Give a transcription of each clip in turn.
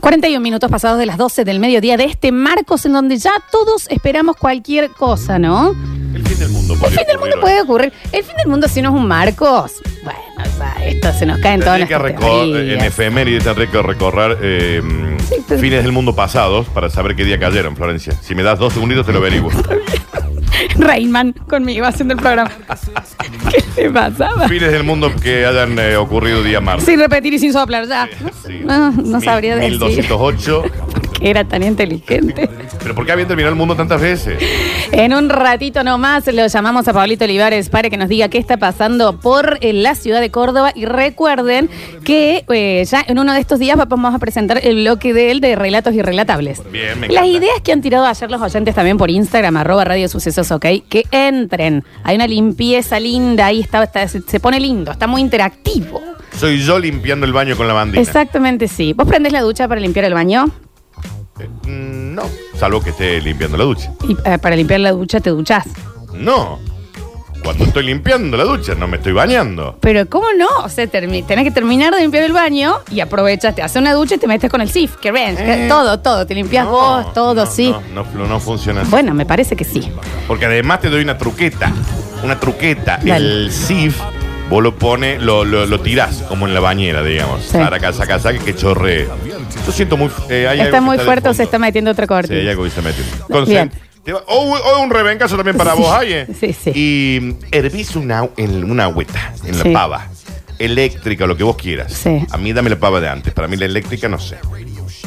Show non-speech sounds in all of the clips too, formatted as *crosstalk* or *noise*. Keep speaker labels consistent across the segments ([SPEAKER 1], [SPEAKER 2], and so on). [SPEAKER 1] 41 minutos pasados de las 12 del mediodía de este Marcos, en donde ya todos esperamos cualquier cosa, ¿no?
[SPEAKER 2] El fin del mundo
[SPEAKER 1] El fin del mundo puede ocurrir. El fin del mundo, si no es un Marcos, bueno, o sea, esto se nos cae en todas
[SPEAKER 2] Tendría
[SPEAKER 1] las
[SPEAKER 2] que recorrer, en
[SPEAKER 1] *laughs* categorías.
[SPEAKER 2] efemérides tendría que recorrer eh,
[SPEAKER 1] Sí, pero-
[SPEAKER 2] fines del mundo pasados para saber qué día cayeron, Florencia. Si me das dos segunditos te
[SPEAKER 1] *laughs*
[SPEAKER 2] lo averiguo.
[SPEAKER 1] Rayman conmigo haciendo el programa. *laughs* ¿Qué le pasaba?
[SPEAKER 2] fines del mundo que hayan eh, ocurrido día martes.
[SPEAKER 1] Sin repetir y sin soplar, ya.
[SPEAKER 2] Sí.
[SPEAKER 1] No, no
[SPEAKER 2] Mil-
[SPEAKER 1] sabría decir
[SPEAKER 2] 1208.
[SPEAKER 1] *laughs* que era tan
[SPEAKER 2] *laughs*
[SPEAKER 1] inteligente.
[SPEAKER 2] Pero ¿por qué habían terminado el mundo tantas veces?
[SPEAKER 1] En un ratito nomás lo llamamos a Pablito Olivares para que nos diga qué está pasando por eh, la ciudad de Córdoba. Y recuerden que eh, ya en uno de estos días vamos a presentar el bloque de él de relatos irrelatables.
[SPEAKER 2] Bien, me
[SPEAKER 1] Las
[SPEAKER 2] encanta.
[SPEAKER 1] ideas que han tirado ayer los oyentes también por Instagram, arroba Radio Sucesos, ok, que entren. Hay una limpieza linda, ahí está, está- se, se pone lindo, está muy interactivo.
[SPEAKER 2] Soy yo limpiando el baño con la bandina.
[SPEAKER 1] Exactamente, sí. ¿Vos prendés la ducha para limpiar el baño?
[SPEAKER 2] Eh, mm, no, salvo que esté limpiando la ducha.
[SPEAKER 1] Y eh, para limpiar la ducha te duchás.
[SPEAKER 2] No. Cuando estoy limpiando la ducha, no me estoy bañando.
[SPEAKER 1] Pero ¿cómo no? O sea, termi- tenés que terminar de limpiar el baño y aprovechas, te haces una ducha y te metes con el SIF, que ven, que
[SPEAKER 2] Eh.
[SPEAKER 1] todo, todo, te limpias
[SPEAKER 2] No,
[SPEAKER 1] vos, todo,
[SPEAKER 2] no,
[SPEAKER 1] sí.
[SPEAKER 2] No, no, no funciona así.
[SPEAKER 1] Bueno, me parece que sí.
[SPEAKER 2] Porque además te doy una truqueta. Una truqueta.
[SPEAKER 1] Dale.
[SPEAKER 2] El SIF, vos lo pones, lo, lo, lo tirás como en la bañera, digamos.
[SPEAKER 1] Sí.
[SPEAKER 2] Para acá, saca, saca, que chorree. Yo siento muy. eh, hay algo
[SPEAKER 1] Está
[SPEAKER 2] que
[SPEAKER 1] muy
[SPEAKER 2] de
[SPEAKER 1] fuerte o
[SPEAKER 2] fondo.
[SPEAKER 1] se está metiendo otra
[SPEAKER 2] Sí, este hay
[SPEAKER 1] cortina.
[SPEAKER 2] algo que se mete. Entonces,
[SPEAKER 1] Bien.
[SPEAKER 2] te va- o, o un rebencazo también para
[SPEAKER 1] Sí,
[SPEAKER 2] vos, Aye.
[SPEAKER 1] sí, sí.
[SPEAKER 2] Y mm, hervís una, en una agüita, en
[SPEAKER 1] Sí.
[SPEAKER 2] la pava. Eléctrica, lo que vos quieras.
[SPEAKER 1] Sí.
[SPEAKER 2] A mí dame la pava de antes. Para mí la eléctrica, no sé.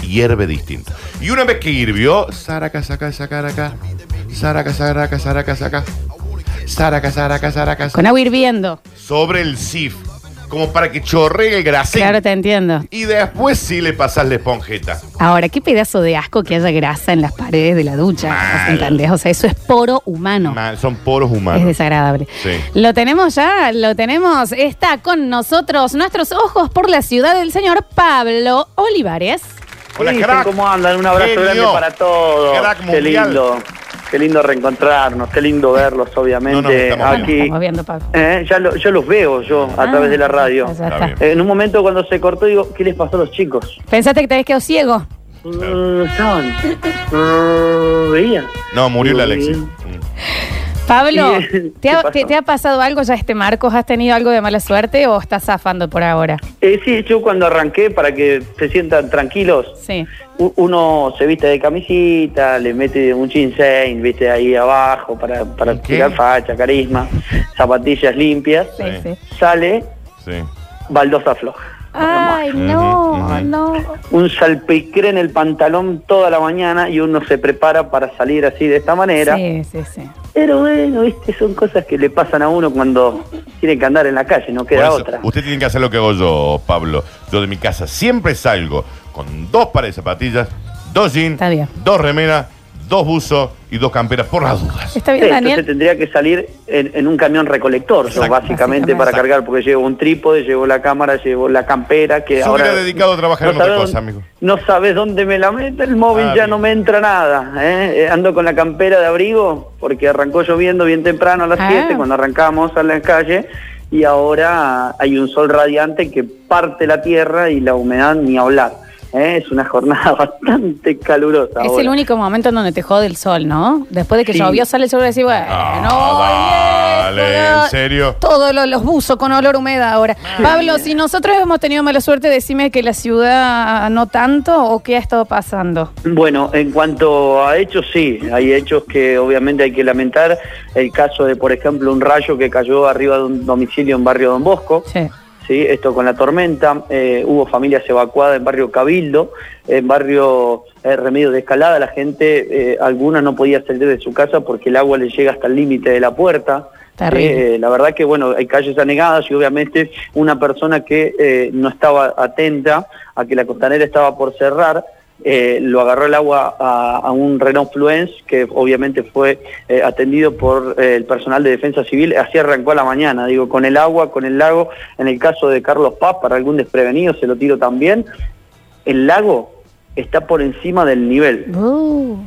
[SPEAKER 2] Hierve distinto. Y una vez que hirvió, saraca, saca, saca, acá. Saraca, saraca, saraca, saca. Saraca, saraca, saraca,
[SPEAKER 1] Con agua hirviendo.
[SPEAKER 2] Sobre el sif. Como para que chorree el grasín.
[SPEAKER 1] Claro, te entiendo.
[SPEAKER 2] Y después sí le pasas la esponjeta.
[SPEAKER 1] Ahora, qué pedazo de asco que haya grasa en las paredes de la ducha.
[SPEAKER 2] Mal.
[SPEAKER 1] ¿Entendés? O sea, eso es poro humano.
[SPEAKER 2] Ma- Son poros humanos.
[SPEAKER 1] Es desagradable.
[SPEAKER 2] Sí.
[SPEAKER 1] Lo tenemos ya, lo tenemos. Está con nosotros, nuestros ojos por la ciudad del señor Pablo Olivares.
[SPEAKER 2] Hola,
[SPEAKER 3] ¿Qué
[SPEAKER 2] crack.
[SPEAKER 3] dicen? ¿Cómo andan? Un abrazo
[SPEAKER 2] Genio.
[SPEAKER 3] grande para todos.
[SPEAKER 2] Crack
[SPEAKER 3] qué
[SPEAKER 2] mundial.
[SPEAKER 3] lindo. Qué lindo reencontrarnos, qué lindo
[SPEAKER 2] No
[SPEAKER 3] verlos,
[SPEAKER 2] nos
[SPEAKER 3] obviamente.
[SPEAKER 2] estamos
[SPEAKER 3] Aquí,
[SPEAKER 1] Estamos viendo, Pablo.
[SPEAKER 3] Eh, ya lo- yo los veo yo a
[SPEAKER 1] Ah,
[SPEAKER 3] través de la radio.
[SPEAKER 1] ya
[SPEAKER 2] Está
[SPEAKER 1] está.
[SPEAKER 2] bien.
[SPEAKER 3] Eh, en un momento cuando se cortó, digo, ¿qué les pasó a los chicos?
[SPEAKER 1] ¿Pensaste que te habías quedado ciego?
[SPEAKER 3] Mm, Estaban. mm, Veían.
[SPEAKER 2] No, murió la
[SPEAKER 3] Mm.
[SPEAKER 2] Alexis.
[SPEAKER 1] Pablo,
[SPEAKER 3] Sí. *laughs*
[SPEAKER 1] ¿te ha,
[SPEAKER 3] ¿Qué pasó?
[SPEAKER 1] te, te ha pasado algo ya este Marcos? ¿Has tenido algo de mala suerte o estás zafando por ahora?
[SPEAKER 3] Eh, sí, yo cuando arranqué, para que se sientan tranquilos,
[SPEAKER 1] Sí.
[SPEAKER 3] u- uno se viste de camisita, le mete un ginseng, viste ahí abajo para, para
[SPEAKER 2] ¿Qué?
[SPEAKER 3] tirar facha, carisma, zapatillas limpias,
[SPEAKER 1] Sí,
[SPEAKER 2] Sí.
[SPEAKER 1] sí.
[SPEAKER 3] sale
[SPEAKER 2] Sí.
[SPEAKER 3] baldosa floja.
[SPEAKER 1] Ay,
[SPEAKER 2] Ujú,
[SPEAKER 1] no,
[SPEAKER 2] ujú.
[SPEAKER 1] no.
[SPEAKER 3] un salpicré en el pantalón toda la mañana y uno se prepara para salir así de esta manera.
[SPEAKER 1] Sí, sí, sí.
[SPEAKER 3] Pero bueno, viste, son cosas que le pasan a uno cuando tiene que andar en la calle, no queda
[SPEAKER 2] Por eso,
[SPEAKER 3] otra.
[SPEAKER 2] Usted tiene que hacer lo que hago yo, Pablo. Yo de mi casa siempre salgo con dos pares de zapatillas, dos jeans,
[SPEAKER 1] Está bien.
[SPEAKER 2] dos remeras, dos buzos y dos camperas por las dudas.
[SPEAKER 1] ¿Está bien,
[SPEAKER 3] Sí, entonces
[SPEAKER 1] Daniel?
[SPEAKER 3] tendría que salir en, en un camión recolector, yo,
[SPEAKER 2] Exacto.
[SPEAKER 3] básicamente,
[SPEAKER 1] Básicamente.
[SPEAKER 3] para
[SPEAKER 2] Exacto.
[SPEAKER 3] cargar, porque llevo un trípode, llevo la cámara, llevo la campera, que
[SPEAKER 2] Yo
[SPEAKER 3] ahora...
[SPEAKER 2] hubiera dedicado a trabajar en otra
[SPEAKER 3] sabés
[SPEAKER 2] cosa,
[SPEAKER 3] dónde-
[SPEAKER 2] amigo.
[SPEAKER 3] No sabes dónde me la mete, el móvil
[SPEAKER 2] Ah,
[SPEAKER 3] ya
[SPEAKER 2] bien.
[SPEAKER 3] no me entra nada. ¿eh? Eh, Ando con la campera de abrigo, porque arrancó lloviendo bien temprano a las
[SPEAKER 1] Ah.
[SPEAKER 3] 7, cuando arrancamos a la calle, y ahora hay un sol radiante que parte la tierra y la humedad ni hablar. ¿eh? Es una jornada *laughs* bastante calurosa.
[SPEAKER 1] Es
[SPEAKER 3] ahora.
[SPEAKER 1] el único momento en donde te jode el sol, ¿no? Después de que
[SPEAKER 3] Sí.
[SPEAKER 1] llovió, sale el sol y decís, bueno,
[SPEAKER 2] Ah,
[SPEAKER 1] hoy es,
[SPEAKER 2] dale,
[SPEAKER 1] hola.
[SPEAKER 2] ¿en serio?
[SPEAKER 1] Todos lo- los buzos con olor a humedad ahora. Pablo, si nosotros hemos tenido mala suerte, decime que la ciudad no tanto o qué ha estado pasando.
[SPEAKER 3] Bueno, en cuanto a hechos, sí, hay hechos que obviamente hay que lamentar. El caso de, por ejemplo, un rayo que cayó arriba de un domicilio en barrio Don Bosco,
[SPEAKER 1] Sí.
[SPEAKER 3] ¿sí? esto con la tormenta, eh, hubo familias evacuadas en barrio Cabildo, en barrio eh, Remedio de Escalada, la gente, eh, alguna no podía salir de su casa porque el agua le llega hasta el límite de la puerta.
[SPEAKER 1] Terrible.
[SPEAKER 3] Eh, la verdad que, bueno, hay calles anegadas y obviamente una persona que eh, no estaba atenta a que la costanera estaba por cerrar, eh, lo agarró el agua a, a un Renault Fluence que obviamente fue eh, atendido por eh, el personal de defensa civil, así arrancó a la mañana, digo, con el agua, con el lago, en el caso de Carlos Paz, para algún desprevenido se lo tiro también, el lago está por encima del nivel.
[SPEAKER 1] Uh,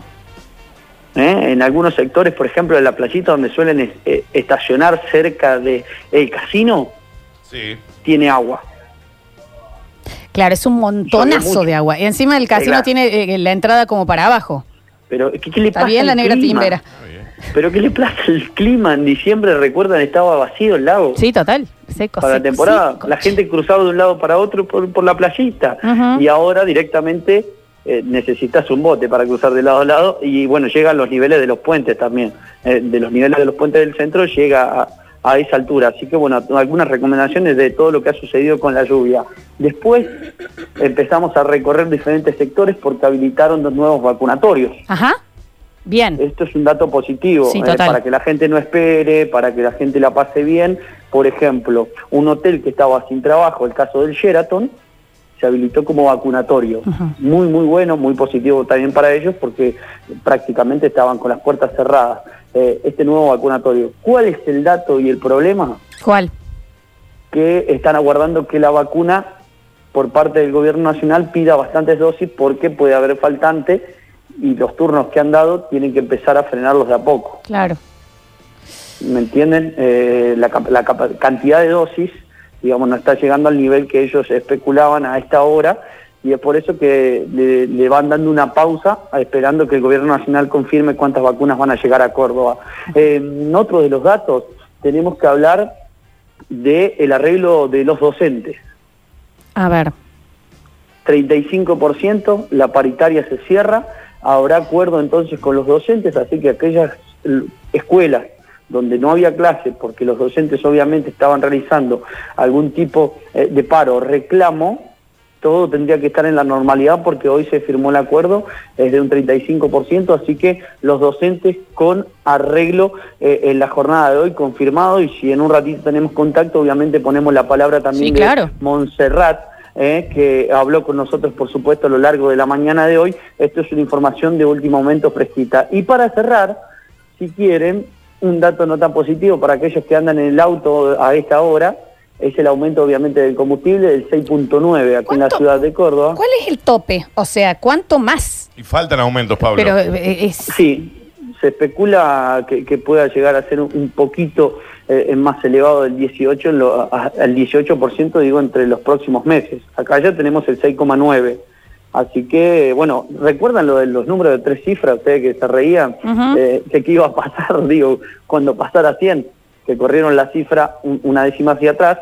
[SPEAKER 3] ¿eh? En algunos sectores, por ejemplo, en la playita donde suelen es- eh, estacionar cerca del el casino,
[SPEAKER 2] Sí.
[SPEAKER 3] tiene agua.
[SPEAKER 1] Claro, es un montonazo de agua. Y encima del casino
[SPEAKER 3] Claro.
[SPEAKER 1] tiene eh, la entrada como para abajo.
[SPEAKER 3] Pero, ¿qué, qué le
[SPEAKER 1] Está
[SPEAKER 3] pasa
[SPEAKER 1] bien
[SPEAKER 3] al
[SPEAKER 1] la negra
[SPEAKER 3] clima?
[SPEAKER 1] timbera.
[SPEAKER 3] Pero ¿qué le pasa el clima? En diciembre, recuerdan, estaba vacío el lago.
[SPEAKER 1] Sí, total. Seco.
[SPEAKER 3] para la
[SPEAKER 1] seco,
[SPEAKER 3] temporada.
[SPEAKER 1] seco.
[SPEAKER 3] La gente cruzaba de un lado para otro por, por la playita.
[SPEAKER 1] Ujú.
[SPEAKER 3] Y ahora directamente eh, necesitas un bote para cruzar de lado a lado. Y bueno, llegan los niveles de los puentes también. Eh, de los niveles de los puentes del centro llega a, a esa altura. Así que bueno, algunas recomendaciones de todo lo que ha sucedido con la lluvia. Después empezamos a recorrer diferentes sectores porque habilitaron los nuevos vacunatorios.
[SPEAKER 1] Ajá. Bien.
[SPEAKER 3] Esto es un dato positivo
[SPEAKER 1] Sí,
[SPEAKER 3] eh,
[SPEAKER 1] total.
[SPEAKER 3] para que la gente no espere, para que la gente la pase bien. Por ejemplo, un hotel que estaba sin trabajo, el caso del Sheraton, se habilitó como vacunatorio.
[SPEAKER 1] Ujú.
[SPEAKER 3] Muy, muy bueno, muy positivo también para ellos porque prácticamente estaban con las puertas cerradas. eh, este nuevo vacunatorio. ¿Cuál es el dato y el problema?
[SPEAKER 1] ¿Cuál?
[SPEAKER 3] que están aguardando que la vacuna por parte del gobierno nacional pida bastantes dosis porque puede haber faltante y los turnos que han dado tienen que empezar a frenarlos de a poco.
[SPEAKER 1] Claro.
[SPEAKER 3] ¿Me entienden? Eh, la cap- la capa- cantidad de dosis, digamos, no está llegando al nivel que ellos especulaban a esta hora y es por eso que le, le van dando una pausa a- esperando que el gobierno nacional confirme cuántas vacunas van a llegar a Córdoba. Eh, en otro de los datos, tenemos que hablar del el arreglo de los docentes.
[SPEAKER 1] A ver.
[SPEAKER 3] 35%, la paritaria se cierra, habrá acuerdo entonces con los docentes, así que aquellas l- escuelas donde no había clase, porque los docentes obviamente estaban realizando algún tipo eh, de paro, reclamo, todo tendría que estar en la normalidad porque hoy se firmó el acuerdo, es de un 35%, así que los docentes con arreglo eh, en la jornada de hoy confirmado y si en un ratito tenemos contacto, obviamente ponemos la palabra también
[SPEAKER 1] Sí,
[SPEAKER 3] de
[SPEAKER 1] claro.
[SPEAKER 3] Montserrat, eh, que habló con nosotros, por supuesto, a lo largo de la mañana de hoy. Esto es una información de último momento fresquita. Y para cerrar, si quieren, un dato no tan positivo para aquellos que andan en el auto a esta hora, es el aumento, obviamente, del combustible del 6.9 aquí en la
[SPEAKER 1] ¿Cuánto?
[SPEAKER 3] ciudad de Córdoba.
[SPEAKER 1] ¿Cuál es el tope? O sea, ¿cuánto más?
[SPEAKER 2] Y faltan aumentos, Pablo.
[SPEAKER 1] Pero eh, es.
[SPEAKER 3] Sí, se especula que, que pueda llegar a ser un- un poquito eh, más elevado del 18, en lo- a- al 18%, digo, entre los próximos meses. Acá ya tenemos el 6,9%. Así que, bueno, ¿recuerdan lo de los números de tres cifras? eh, que se reían,
[SPEAKER 1] Ujú.
[SPEAKER 3] eh, de que iba a pasar, *laughs* digo, cuando pasara 100, que corrieron la cifra un- una décima hacia atrás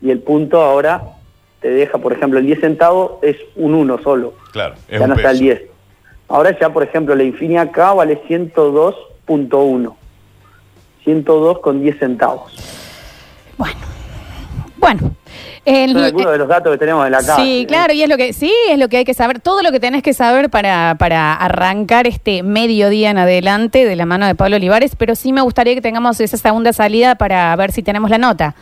[SPEAKER 3] y el punto ahora te deja, por ejemplo, el 10 centavos es un 1 solo
[SPEAKER 2] claro, es
[SPEAKER 3] ya
[SPEAKER 2] un
[SPEAKER 3] no está el
[SPEAKER 2] peso.
[SPEAKER 3] 10. Ahora ya, por ejemplo, la Infinia acá vale 102.1. 102 con
[SPEAKER 1] *laughs*
[SPEAKER 3] 10 centavos.
[SPEAKER 1] Bueno. Bueno. El-
[SPEAKER 3] Son algunos de los datos que tenemos de la casa.
[SPEAKER 1] Sí, claro, y es lo que sí, es lo que hay que saber, todo lo que tenés que saber para, para arrancar este mediodía en adelante de la mano de Pablo Olivares, pero sí me gustaría que tengamos esa segunda salida para ver si tenemos la nota.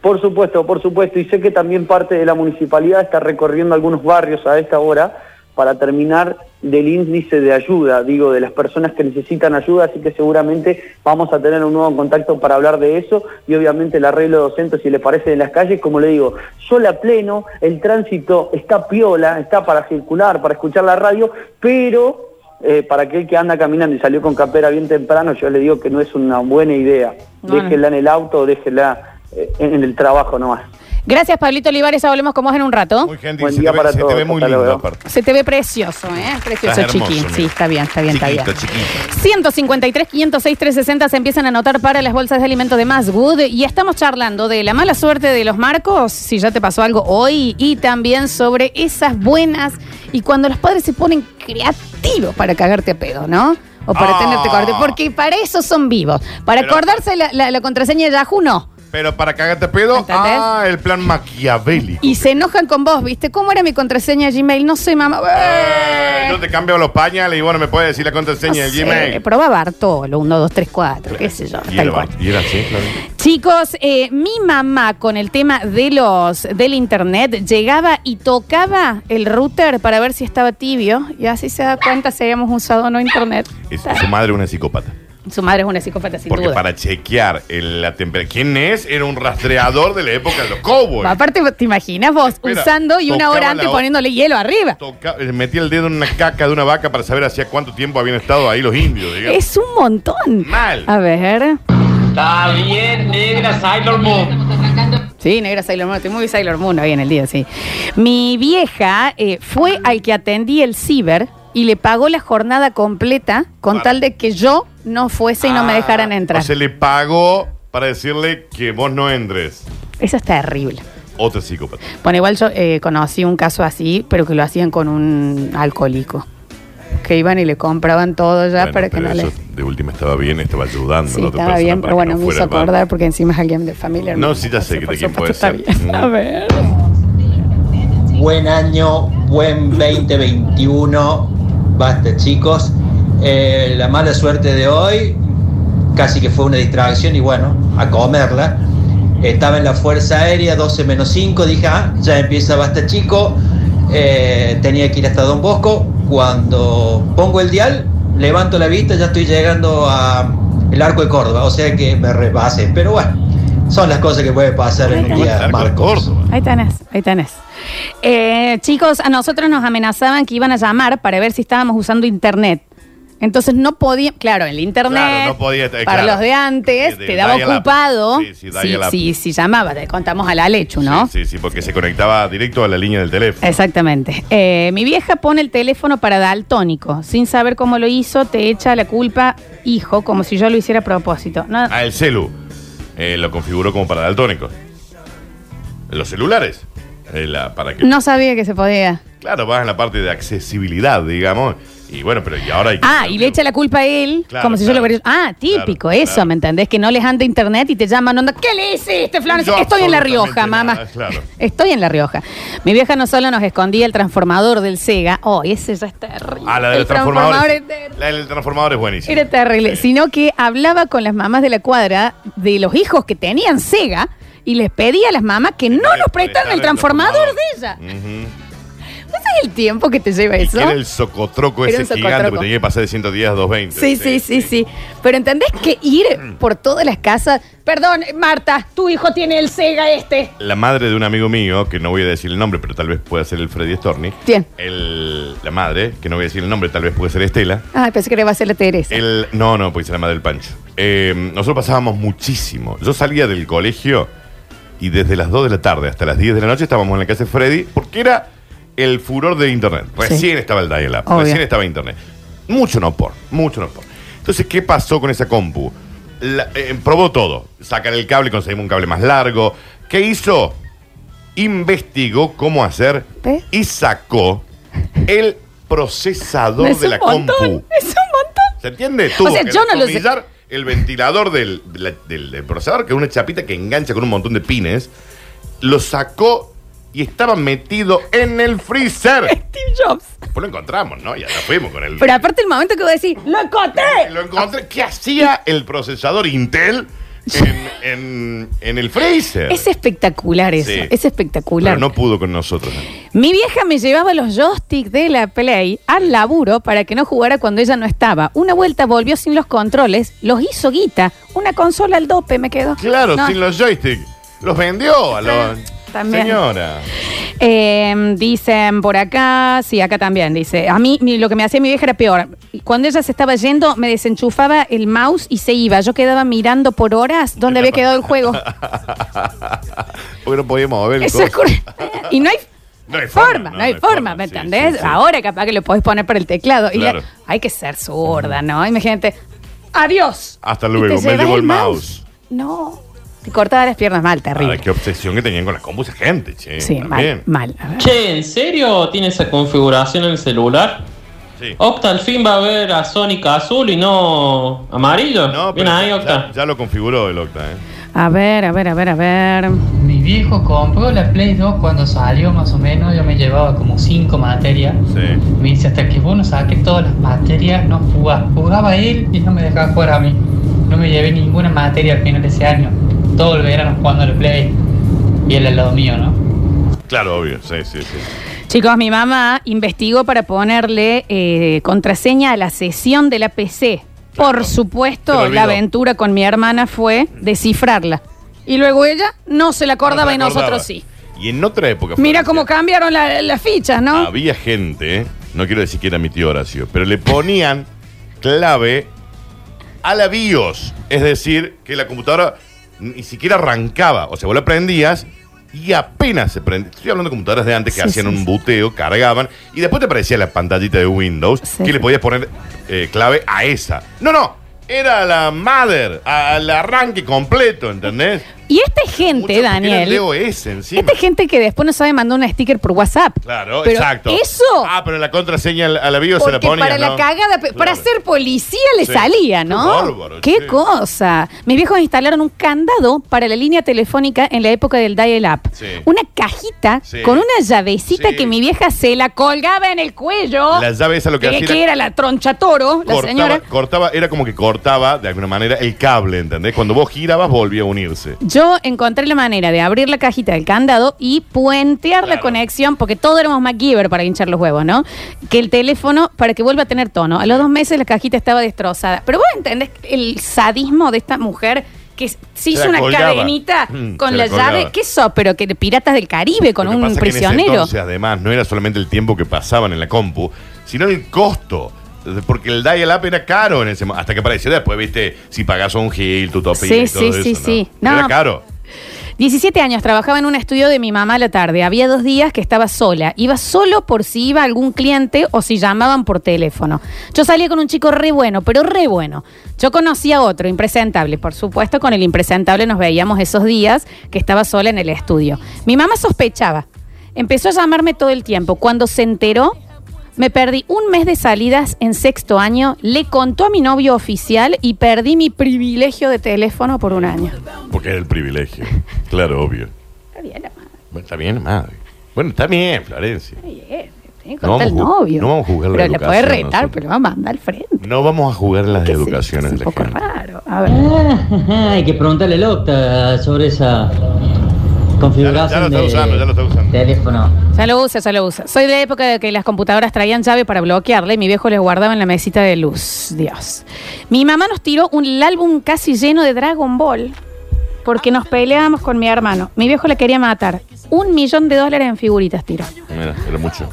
[SPEAKER 3] Por supuesto, por supuesto. Y sé que también parte de la municipalidad está recorriendo algunos barrios a esta hora para terminar del índice de ayuda, digo, de las personas que necesitan ayuda, así que seguramente vamos a tener un nuevo contacto para hablar de eso y obviamente el arreglo de docentes, si les parece, de las calles, como le digo, sol a pleno, el tránsito está piola, está para circular, para escuchar la radio, pero eh, para aquel que anda caminando y salió con capera bien temprano, yo le digo que no es una buena idea.
[SPEAKER 1] No, no.
[SPEAKER 3] Déjenla en el auto, déjenla eh, en el trabajo nomás.
[SPEAKER 1] Gracias, Pablito Olivares, ya volvemos con vos en un rato.
[SPEAKER 2] Muy gentil,
[SPEAKER 3] Buen
[SPEAKER 2] se,
[SPEAKER 3] día
[SPEAKER 2] te ve,
[SPEAKER 3] para
[SPEAKER 2] se te
[SPEAKER 3] todos,
[SPEAKER 2] ve muy
[SPEAKER 3] hasta
[SPEAKER 2] lindo
[SPEAKER 3] luego.
[SPEAKER 2] aparte.
[SPEAKER 1] Se te ve precioso, ¿eh? Precioso,
[SPEAKER 2] Estás hermoso,
[SPEAKER 1] chiquín.
[SPEAKER 2] mira.
[SPEAKER 1] Sí, está bien, está bien, está bien.
[SPEAKER 2] Chiquito, chiquito.
[SPEAKER 1] 153, 506, 360 se empiezan a anotar para las bolsas de alimento de Maswood y estamos charlando de la mala suerte de los marcos, si ya te pasó algo hoy, y también sobre esas buenas y cuando los padres se ponen creativos para cagarte a pedo, ¿no? O para
[SPEAKER 2] Ah.
[SPEAKER 1] tenerte corte, porque para eso son vivos. Para
[SPEAKER 2] Pero-
[SPEAKER 1] acordarse la, la- la contraseña de Yahoo, no.
[SPEAKER 2] Pero para cagarte pedo,
[SPEAKER 1] ¿Entendés?
[SPEAKER 2] ah, el plan maquiavélico.
[SPEAKER 1] Y se enojan con vos, ¿viste? ¿Cómo era mi contraseña de Gmail? No sé, mamá.
[SPEAKER 2] Eh, yo te cambio los pañales y bueno, me puedes decir la contraseña del
[SPEAKER 1] No sé,
[SPEAKER 2] Gmail.
[SPEAKER 1] Probá Bartolo, 1, 2, 3, 4, qué sé yo.
[SPEAKER 2] Y
[SPEAKER 1] tal
[SPEAKER 2] era,
[SPEAKER 1] cual.
[SPEAKER 2] y era así, claro.
[SPEAKER 1] Chicos, eh, mi mamá con el tema de los del internet llegaba y tocaba el router para ver si estaba tibio y así se da cuenta si habíamos usado o no internet.
[SPEAKER 2] Es- su madre una psicópata.
[SPEAKER 1] Su madre es una psicópata sin
[SPEAKER 2] Porque
[SPEAKER 1] duda.
[SPEAKER 2] para chequear el- la temperatura. ¿Quién es? Era un rastreador de la época de los cowboys.
[SPEAKER 1] Aparte, ¿te imaginas vos
[SPEAKER 2] Espera,
[SPEAKER 1] usando y una hora
[SPEAKER 2] tocaba
[SPEAKER 1] antes
[SPEAKER 2] la o-
[SPEAKER 1] poniéndole hielo arriba?
[SPEAKER 2] Toca- eh, metía el dedo en una caca de una vaca para saber hacía cuánto tiempo habían estado ahí los indios, digamos.
[SPEAKER 1] Es un montón.
[SPEAKER 2] Mal.
[SPEAKER 1] A ver.
[SPEAKER 4] Está bien, negra Sailor Moon.
[SPEAKER 1] Sí, negra Sailor Moon, estoy muy Sailor Moon hoy en el día, sí. Mi vieja eh, fue al que atendí el ciber y le pagó la jornada completa con
[SPEAKER 2] Para.
[SPEAKER 1] tal de que yo no fuese y no me dejaran entrar.
[SPEAKER 2] Ah, O se le pagó para decirle que vos no entres.
[SPEAKER 1] Eso es terrible.
[SPEAKER 2] Otra psicópata.
[SPEAKER 1] Bueno, igual yo eh, conocí un caso así, pero que lo hacían con un alcohólico. Que iban y le compraban todo ya
[SPEAKER 2] Bueno,
[SPEAKER 1] para que
[SPEAKER 2] pero
[SPEAKER 1] no
[SPEAKER 2] eso
[SPEAKER 1] le...
[SPEAKER 2] De última estaba bien, estaba ayudando. a
[SPEAKER 1] Sí,
[SPEAKER 2] la otra
[SPEAKER 1] estaba
[SPEAKER 2] persona
[SPEAKER 1] bien,
[SPEAKER 2] para
[SPEAKER 1] pero
[SPEAKER 2] que
[SPEAKER 1] bueno,
[SPEAKER 2] no
[SPEAKER 1] me hizo
[SPEAKER 2] fuera mal.
[SPEAKER 1] acordar porque encima es alguien de familia.
[SPEAKER 2] No,
[SPEAKER 1] hermana.
[SPEAKER 2] sí, ya sé que
[SPEAKER 1] Por
[SPEAKER 2] de quién puede
[SPEAKER 1] supuesto,
[SPEAKER 2] ser.
[SPEAKER 1] está bien. *laughs*
[SPEAKER 2] Mm.
[SPEAKER 1] A ver.
[SPEAKER 4] Buen año, buen 2021. Basta, chicos. Eh, la mala suerte de hoy casi que fue una distracción y bueno, a comerla. Estaba en la Fuerza Aérea, 12 menos 5. Dije, ah, ya empieza Basta, chico. Eh, tenía que ir hasta Don Bosco. Cuando pongo el dial, levanto la vista, ya estoy llegando a el Arco de Córdoba. O sea que me rebase. Pero bueno, son las cosas que puede pasar en un
[SPEAKER 2] Como el
[SPEAKER 4] día,
[SPEAKER 2] arco de
[SPEAKER 4] Marcos.
[SPEAKER 2] Córdoba.
[SPEAKER 1] Ahí tenés, ahí tenés. Eh, chicos, a nosotros nos amenazaban que iban a llamar para ver si estábamos usando internet. Entonces no podía, claro, el internet,
[SPEAKER 2] Claro, no podía, eh,
[SPEAKER 1] para
[SPEAKER 2] claro.
[SPEAKER 1] los de antes,
[SPEAKER 2] Sí, de
[SPEAKER 1] te daba
[SPEAKER 2] dial-up.
[SPEAKER 1] ocupado.
[SPEAKER 2] Sí, sí, dial-up.
[SPEAKER 1] sí, sí, llamaba, te contamos a la lechu, ¿no?
[SPEAKER 2] Sí, sí, sí, porque se conectaba directo a la línea del teléfono.
[SPEAKER 1] Exactamente. Eh, mi vieja pone el teléfono para daltónico. Sin saber cómo lo hizo, te echa la culpa, hijo, como si yo lo hiciera a propósito. No,
[SPEAKER 2] Ah, el celu. Eh, lo configuró como para daltónicos. Los celulares. Eh, la- para que,
[SPEAKER 1] no sabía que se podía.
[SPEAKER 2] Claro, vas en la parte de accesibilidad, digamos. Y bueno, pero y ahora hay que-
[SPEAKER 1] Ah, y le echa la culpa a él,
[SPEAKER 2] Claro,
[SPEAKER 1] como si yo
[SPEAKER 2] claro.
[SPEAKER 1] lo hubiera Ah, típico,
[SPEAKER 2] Claro,
[SPEAKER 1] eso,
[SPEAKER 2] claro.
[SPEAKER 1] ¿me entendés? Que no les anda internet y te llaman, onda, ¿qué le hiciste, Flores?
[SPEAKER 2] Yo
[SPEAKER 1] Estoy en La
[SPEAKER 2] absolutamente
[SPEAKER 1] Rioja, mamá.
[SPEAKER 2] nada, claro.
[SPEAKER 1] Estoy en La Rioja. Mi vieja no solo nos escondía el transformador del Sega, oh, ese ya es terrible.
[SPEAKER 2] Ah, la de
[SPEAKER 1] El
[SPEAKER 2] los transformadores.
[SPEAKER 1] es terrible.
[SPEAKER 2] La del transformador es buenísima.
[SPEAKER 1] Era terrible, sino que hablaba con las mamás de la cuadra de los hijos que tenían Sega y les pedía a las mamás que no nos prestaran el transformador de ella.
[SPEAKER 2] Ujú.
[SPEAKER 1] ¿Sabes el tiempo que te lleva
[SPEAKER 2] Y
[SPEAKER 1] eso?
[SPEAKER 2] que era el socotroco
[SPEAKER 1] Era
[SPEAKER 2] ese
[SPEAKER 1] un socotroco.
[SPEAKER 2] gigante que tenía que pasar de 110 a 220.
[SPEAKER 1] Sí, sí, sí, sí. Pero ¿entendés que ir por todas las casas? Perdón, Marta, tu hijo tiene el Sega este.
[SPEAKER 2] La madre de un amigo mío, que no voy a decir el nombre, pero tal vez pueda ser el Freddy Storni.
[SPEAKER 1] Bien.
[SPEAKER 2] El, la madre, que no voy a decir el nombre, tal vez puede ser Estela.
[SPEAKER 1] Ay, pensé que le iba a ser la Teresa.
[SPEAKER 2] El, no, no, porque se la madre del Pancho. Eh, nosotros pasábamos muchísimo. Yo salía del colegio y desde las 2 de la tarde hasta las 10 de la noche estábamos en la casa de Freddy porque era el furor de Internet. Recién estaba el dial-up,
[SPEAKER 1] Obvio.
[SPEAKER 2] recién estaba Internet. Mucho no por, mucho no por. Entonces, ¿qué pasó con esa compu? La- eh, probó todo. Sacar el cable, conseguimos un cable más largo. ¿Qué hizo? Investigó cómo hacer
[SPEAKER 1] ¿Ves?
[SPEAKER 2] y sacó el procesador
[SPEAKER 1] Es
[SPEAKER 2] de
[SPEAKER 1] un
[SPEAKER 2] la
[SPEAKER 1] montón,
[SPEAKER 2] compu.
[SPEAKER 1] es un montón.
[SPEAKER 2] ¿Se entiende? Tuvo
[SPEAKER 1] O sea,
[SPEAKER 2] que
[SPEAKER 1] yo no lo sé.
[SPEAKER 2] destornillar el ventilador del, la- del- del procesador, que es una chapita que engancha con un montón de pines, lo sacó y estaba metido en
[SPEAKER 1] *laughs*
[SPEAKER 2] el freezer.
[SPEAKER 1] Steve Jobs.
[SPEAKER 2] Pues lo encontramos, ¿no? Ya lo fuimos con el...
[SPEAKER 1] Pero aparte el momento que voy a decir, ¡lo
[SPEAKER 2] Lo
[SPEAKER 1] encontré!
[SPEAKER 2] encontré. ¿Qué hacía el procesador Intel en, en- en el freezer?
[SPEAKER 1] Es espectacular eso,
[SPEAKER 2] Sí.
[SPEAKER 1] es espectacular.
[SPEAKER 2] Pero no pudo con nosotros.
[SPEAKER 1] Mi vieja me llevaba los joysticks de la Play al laburo para que no jugara cuando ella no estaba. Una vuelta volvió sin los controles, los hizo guita, una consola al dope me quedó.
[SPEAKER 2] Claro,
[SPEAKER 1] No,
[SPEAKER 2] sin los joysticks. Los vendió a los...
[SPEAKER 1] También.
[SPEAKER 2] Señora.
[SPEAKER 1] Eh, dicen por acá, sí, acá también, dice, a mí mi- lo que me hacía mi vieja era peor. Cuando ella se estaba yendo, me desenchufaba el mouse y se iba. Yo quedaba mirando por horas dónde había quedado el juego.
[SPEAKER 2] *laughs* Porque no podíamos mover el
[SPEAKER 1] Eso es
[SPEAKER 2] coso.
[SPEAKER 1] cur- *laughs* y no hay,
[SPEAKER 2] No hay
[SPEAKER 1] forma,
[SPEAKER 2] forma,
[SPEAKER 1] no, hay forma, ¿me
[SPEAKER 2] Sí,
[SPEAKER 1] entendés?
[SPEAKER 2] sí, sí.
[SPEAKER 1] Ahora capaz que lo podés poner para el teclado. Y
[SPEAKER 2] Claro.
[SPEAKER 1] la- hay que ser zurda, ¿no? Imagínate, adiós.
[SPEAKER 2] Hasta
[SPEAKER 1] Y
[SPEAKER 2] luego,
[SPEAKER 1] te
[SPEAKER 2] me
[SPEAKER 1] llevas
[SPEAKER 2] llevo el mouse.
[SPEAKER 1] No, te cortaba las piernas mal, terrible.
[SPEAKER 2] Ahora, qué obsesión que tenían con las combos esa gente, che.
[SPEAKER 1] sí,
[SPEAKER 2] también.
[SPEAKER 1] mal, mal. A ver.
[SPEAKER 5] Che, ¿en serio tiene esa configuración en el celular?
[SPEAKER 2] Sí.
[SPEAKER 5] Octa al fin va a ver a Sonic azul y no amarillo.
[SPEAKER 2] No,
[SPEAKER 5] Bien
[SPEAKER 2] pero
[SPEAKER 5] ahí,
[SPEAKER 2] ya-
[SPEAKER 5] Octa.
[SPEAKER 2] ya, ya lo configuró el Octa, ¿eh?
[SPEAKER 1] A ver, a ver, a ver, a ver.
[SPEAKER 6] Mi viejo compró la Play 2 cuando salió más o menos, yo me llevaba como 5 materias.
[SPEAKER 2] Sí.
[SPEAKER 6] Me dice, hasta que vos no saques todas las materias, no jugás. Jugaba él y no me dejaba jugar a mí. No me llevé ninguna materia al final de ese año. Todo el verano jugando a la Play. Y él al lado mío, ¿no?
[SPEAKER 2] Claro, obvio. Sí, sí, sí.
[SPEAKER 1] Chicos, mi mamá investigó para ponerle eh, contraseña a la sesión de la PC. Por
[SPEAKER 2] Se lo
[SPEAKER 1] supuesto,
[SPEAKER 2] olvidó.
[SPEAKER 1] la aventura con mi hermana fue descifrarla. Y luego ella no se la acordaba
[SPEAKER 2] No se
[SPEAKER 1] y
[SPEAKER 2] acordaba.
[SPEAKER 1] nosotros sí.
[SPEAKER 2] Y en otra época.
[SPEAKER 1] Mira
[SPEAKER 2] Florencia,
[SPEAKER 1] cómo cambiaron la- las fichas, ¿no?
[SPEAKER 2] Había gente, ¿eh? no quiero decir que era mi tío Horacio, pero le ponían clave a la BIOS. Es decir, que la computadora ni siquiera arrancaba. O sea, vos la prendías y apenas se prendía. Estoy hablando de computadoras de antes que
[SPEAKER 1] Sí,
[SPEAKER 2] hacían
[SPEAKER 1] sí,
[SPEAKER 2] un
[SPEAKER 1] sí.
[SPEAKER 2] buteo, cargaban y después te aparecía la pantallita de Windows
[SPEAKER 1] Sí.
[SPEAKER 2] que le podías poner eh, clave a esa. No, no, era la mother, al arranque completo, ¿entendés?
[SPEAKER 1] Y esta gente,
[SPEAKER 2] Muchos
[SPEAKER 1] Daniel. Este
[SPEAKER 2] tienen DOS encima.
[SPEAKER 1] Esta gente que después no sabe mandar un sticker por WhatsApp.
[SPEAKER 2] Claro,
[SPEAKER 1] Pero
[SPEAKER 2] exacto.
[SPEAKER 1] Eso.
[SPEAKER 2] Ah, pero la contraseña al- a la bio se
[SPEAKER 1] porque
[SPEAKER 2] la ponía.
[SPEAKER 1] para la
[SPEAKER 2] ¿no?
[SPEAKER 1] cagada, pe- para
[SPEAKER 2] Claro.
[SPEAKER 1] ser policía le
[SPEAKER 2] Sí.
[SPEAKER 1] salía,
[SPEAKER 2] Qué
[SPEAKER 1] ¿no?
[SPEAKER 2] bárbaro,
[SPEAKER 1] Qué
[SPEAKER 2] che.
[SPEAKER 1] cosa. Mis viejos instalaron un candado para la línea telefónica en la época del dial-up.
[SPEAKER 2] Sí.
[SPEAKER 1] Una cajita
[SPEAKER 2] Sí.
[SPEAKER 1] con una llavecita
[SPEAKER 2] Sí.
[SPEAKER 1] que mi vieja se la colgaba en el cuello.
[SPEAKER 2] La llave esa lo que
[SPEAKER 1] que,
[SPEAKER 2] hacía
[SPEAKER 1] que era la tronchatoro, la
[SPEAKER 2] cortaba,
[SPEAKER 1] señora.
[SPEAKER 2] cortaba, era como que cortaba de alguna manera el cable, ¿entendés? Cuando vos girabas volvía a unirse.
[SPEAKER 1] Yo encontré la manera de abrir la cajita del candado y puentear la
[SPEAKER 2] Claro.
[SPEAKER 1] conexión, porque todos éramos MacGyver para hinchar los huevos, ¿no? Que el teléfono, para que vuelva a tener tono. A los dos meses la cajita estaba destrozada. Pero vos entendés el sadismo de esta mujer que se hizo
[SPEAKER 2] la
[SPEAKER 1] una
[SPEAKER 2] colgaba.
[SPEAKER 1] cadenita
[SPEAKER 2] Mm, se
[SPEAKER 1] con
[SPEAKER 2] la
[SPEAKER 1] la,
[SPEAKER 2] colgaba.
[SPEAKER 1] llave. ¿Qué eso? Pero que de piratas del Caribe con
[SPEAKER 2] Lo que
[SPEAKER 1] un
[SPEAKER 2] pasa es que en ese
[SPEAKER 1] prisionero.
[SPEAKER 2] entonces, además, no era solamente el tiempo que pasaban en la compu, sino el costo. Porque el dial-up era caro en ese mo- Hasta que apareció después, viste, si pagás un gil, tu tope
[SPEAKER 1] Sí,
[SPEAKER 2] y todo
[SPEAKER 1] sí,
[SPEAKER 2] eso,
[SPEAKER 1] sí,
[SPEAKER 2] ¿no?
[SPEAKER 1] sí.
[SPEAKER 2] Era
[SPEAKER 1] No.
[SPEAKER 2] caro.
[SPEAKER 1] 17 años, trabajaba en un estudio de mi mamá a la tarde. Había dos días que estaba sola. Iba solo por si iba algún cliente o si llamaban por teléfono. Yo salía con un chico re bueno, pero re bueno. Yo conocía a otro, impresentable. Por supuesto, con el impresentable nos veíamos esos días que estaba sola en el estudio. Mi mamá sospechaba. Empezó a llamarme todo el tiempo. Cuando se enteró, me perdí un mes de salidas en sexto año. Le contó a mi novio oficial y perdí mi privilegio de teléfono por un año.
[SPEAKER 2] Porque era el privilegio. Claro, obvio.
[SPEAKER 1] Está bien, la madre.
[SPEAKER 2] Bueno, está bien, madre. Bueno, está bien, Florencia.
[SPEAKER 1] Bien, tiene que
[SPEAKER 2] No
[SPEAKER 1] contar el
[SPEAKER 2] vamos a ju-
[SPEAKER 1] novio.
[SPEAKER 2] no vamos a juzgar la
[SPEAKER 1] Pero la
[SPEAKER 2] educación,
[SPEAKER 1] puede retar,
[SPEAKER 2] nosotros.
[SPEAKER 1] pero la va a mandar al frente.
[SPEAKER 2] No vamos a jugar las
[SPEAKER 1] ¿Qué sé yo?
[SPEAKER 2] educaciones
[SPEAKER 1] es
[SPEAKER 2] de
[SPEAKER 1] un
[SPEAKER 2] la
[SPEAKER 1] poco
[SPEAKER 2] gente.
[SPEAKER 1] raro. A ver.
[SPEAKER 7] Ah, *laughs* hay que preguntarle al Octa sobre esa configuración
[SPEAKER 2] Ya lo- ya lo está
[SPEAKER 7] de-
[SPEAKER 2] usando, ya lo está usando.
[SPEAKER 7] teléfono.
[SPEAKER 1] Ya lo usa, ya lo usa. Soy de la época de que las computadoras traían llave para bloquearla y mi viejo les guardaba en la mesita de luz. Dios. Mi mamá nos tiró un álbum casi lleno de Dragon Ball porque nos peleábamos con mi hermano. Mi viejo le quería matar. Un millón de dólares en figuritas tiró.
[SPEAKER 2] Mira, era mucho.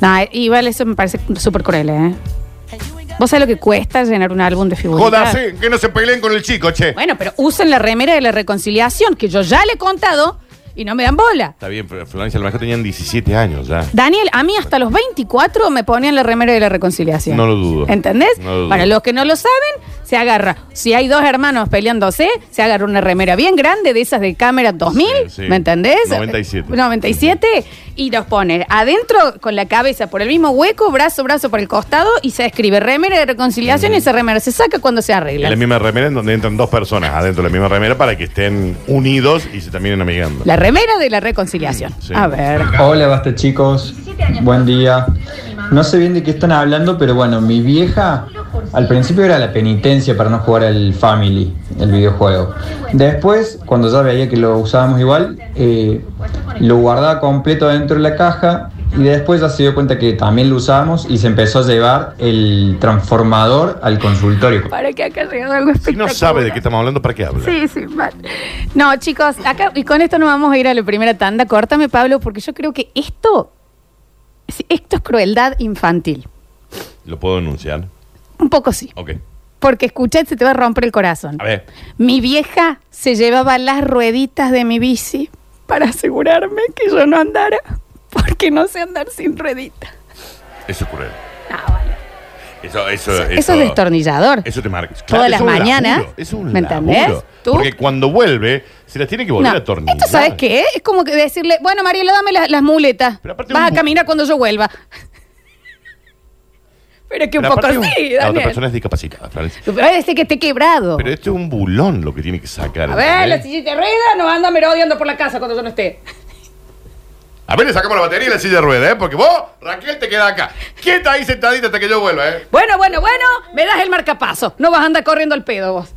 [SPEAKER 1] Nah, igual eso me parece súper cruel, ¿eh? ¿Vos sabés lo que cuesta llenar un álbum de figuritas?
[SPEAKER 2] Jodas, que no se peleen con el chico, che.
[SPEAKER 1] Bueno, pero usen la remera de la reconciliación, que yo ya le he contado y no me dan bola.
[SPEAKER 2] Está bien, pero Florencia, a lo mejor tenían 17 años ya.
[SPEAKER 1] Daniel, a mí hasta los 24 me ponían la remera de la reconciliación.
[SPEAKER 2] No lo dudo.
[SPEAKER 1] ¿Entendés?
[SPEAKER 2] No lo dudo.
[SPEAKER 1] Para los que no lo saben, se agarra. Si hay dos hermanos peleándose, se agarra una remera bien grande de esas de cámara 2000,
[SPEAKER 2] Sí, sí.
[SPEAKER 1] ¿me entendés?
[SPEAKER 2] 97.
[SPEAKER 1] 97 y los pone adentro con la cabeza por el mismo hueco, brazo, brazo por el costado y se escribe remera de reconciliación y esa remera se saca cuando se
[SPEAKER 2] En
[SPEAKER 1] arregla.
[SPEAKER 2] la misma remera en donde entran dos personas adentro de la misma remera para que estén unidos y se terminen amigando.
[SPEAKER 1] La remera de la reconciliación.
[SPEAKER 2] Sí.
[SPEAKER 1] A ver.
[SPEAKER 4] Hola, basta chicos. Buen día. No sé bien de qué están hablando, pero bueno, mi vieja al principio era la penitencia para no jugar al Family, el videojuego. Después, cuando ya veía que lo usábamos igual, eh, lo guardaba completo dentro de la caja y después ya se dio cuenta que también lo usábamos y se empezó a llevar el transformador al consultorio.
[SPEAKER 1] Para que acá ha llegado algo
[SPEAKER 2] Si no
[SPEAKER 1] espectacular.
[SPEAKER 2] sabe de qué estamos hablando, ¿para qué habla?
[SPEAKER 1] Sí, sí, mal. No, chicos, acá, y con esto nos vamos a ir a la primera tanda. Córtame, Pablo, porque yo creo que esto, sí, esto es crueldad infantil.
[SPEAKER 2] ¿Lo puedo denunciar?
[SPEAKER 1] Un poco sí.
[SPEAKER 2] Ok.
[SPEAKER 1] Porque escuchad, se te va a romper el corazón.
[SPEAKER 2] A ver.
[SPEAKER 1] Mi vieja se llevaba las rueditas de mi bici para asegurarme que yo no andara, porque no sé andar sin ruedita.
[SPEAKER 2] Eso es cruel.
[SPEAKER 1] No, Ah, vale.
[SPEAKER 2] Eso, eso,
[SPEAKER 1] Eso, es destornillador.
[SPEAKER 2] Eso te marca.
[SPEAKER 1] Todas las
[SPEAKER 2] eso es un
[SPEAKER 1] mañanas.
[SPEAKER 2] laburo, eso es un
[SPEAKER 1] ¿Me
[SPEAKER 2] laburo.
[SPEAKER 1] entendés? Tú-
[SPEAKER 2] Porque cuando vuelve, se las tiene que volver
[SPEAKER 1] No,
[SPEAKER 2] a atornillar.
[SPEAKER 1] Esto, ¿sabes qué? Es como que decirle, bueno, Mariela, dame la- las muletas.
[SPEAKER 2] Pero aparte
[SPEAKER 1] Vas
[SPEAKER 2] un
[SPEAKER 1] a
[SPEAKER 2] bu-
[SPEAKER 1] caminar cuando yo
[SPEAKER 2] *laughs*
[SPEAKER 1] vuelva. Pero es que un
[SPEAKER 2] Pero
[SPEAKER 1] poco
[SPEAKER 2] aparte un-
[SPEAKER 1] sí,
[SPEAKER 2] La otra
[SPEAKER 1] Daniel.
[SPEAKER 2] persona es discapacitada, Florencia.
[SPEAKER 1] Pero vas a decir que esté quebrado.
[SPEAKER 2] Pero esto es ¿eh? un bulón lo que tiene que sacar.
[SPEAKER 1] a ver, la
[SPEAKER 2] ¿entendés?
[SPEAKER 1] sillita de rueda no anda merodeando por la casa cuando yo no esté.
[SPEAKER 2] A ver, le sacamos la batería y la silla de rueda, ¿eh? Porque vos, Raquel, te queda acá. Quieta ahí sentadita hasta que yo vuelva, ¿eh?
[SPEAKER 1] Bueno, bueno, bueno, me das el marcapaso. No vas a andar corriendo al pedo vos.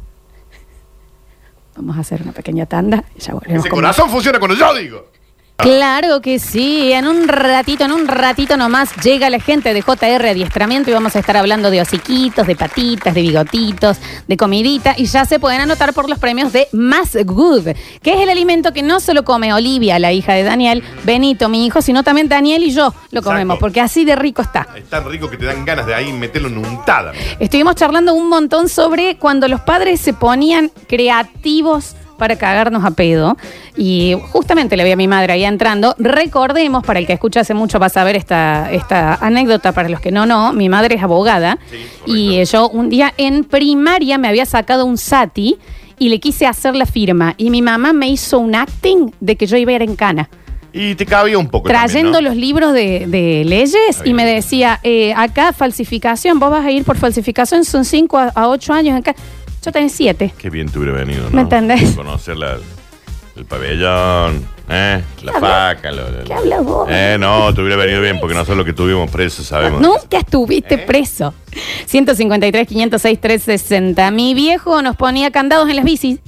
[SPEAKER 1] Vamos a hacer una pequeña tanda y ya volvemos.
[SPEAKER 2] Ese
[SPEAKER 1] con más.
[SPEAKER 2] corazón funciona cuando yo digo.
[SPEAKER 1] Claro que sí, en un ratito, en un ratito nomás llega la gente de JR Adiestramiento y vamos a estar hablando de hociquitos, de patitas, de bigotitos, de comidita y ya se pueden anotar por los premios de Más Good, que es el alimento que no solo come Olivia, la hija de Daniel, Benito, mi hijo, sino también Daniel y yo lo comemos,
[SPEAKER 2] Exacto.
[SPEAKER 1] porque así de rico está.
[SPEAKER 2] Es tan rico que te dan ganas de ahí meterlo en untada.
[SPEAKER 1] Estuvimos charlando un montón sobre cuando los padres se ponían creativos para cagarnos a pedo. Y justamente le vi a mi madre ahí entrando. Recordemos, para el que escucha hace mucho va a saber esta, esta anécdota, para los que no, no, mi madre es abogada.
[SPEAKER 2] Sí, correcto.
[SPEAKER 1] y eh, yo un día en primaria me había sacado un sati y le quise hacer la firma. Y mi mamá me hizo un acting de que yo iba a ir en cana
[SPEAKER 2] Y te cabía un poco.
[SPEAKER 1] trayendo
[SPEAKER 2] Pues también, ¿no?
[SPEAKER 1] los libros de, de leyes y
[SPEAKER 2] bien.
[SPEAKER 1] me decía, eh, acá falsificación, vos vas a ir por falsificación, son 5 a- a 8 años acá. Yo tenía 7.
[SPEAKER 2] Qué bien te hubiera venido, ¿no?
[SPEAKER 1] ¿Me entendés?
[SPEAKER 2] Conocer la- el pabellón, ¿eh? La
[SPEAKER 1] hablas?
[SPEAKER 2] faca. lo- lo-
[SPEAKER 1] ¿Qué hablas vos?
[SPEAKER 2] Eh, no, te hubiera venido bien, porque nosotros lo que tuvimos preso sabemos. ¿Eh?
[SPEAKER 1] Nunca estuviste preso. 153, 506, 360. Mi viejo nos ponía candados en las bicis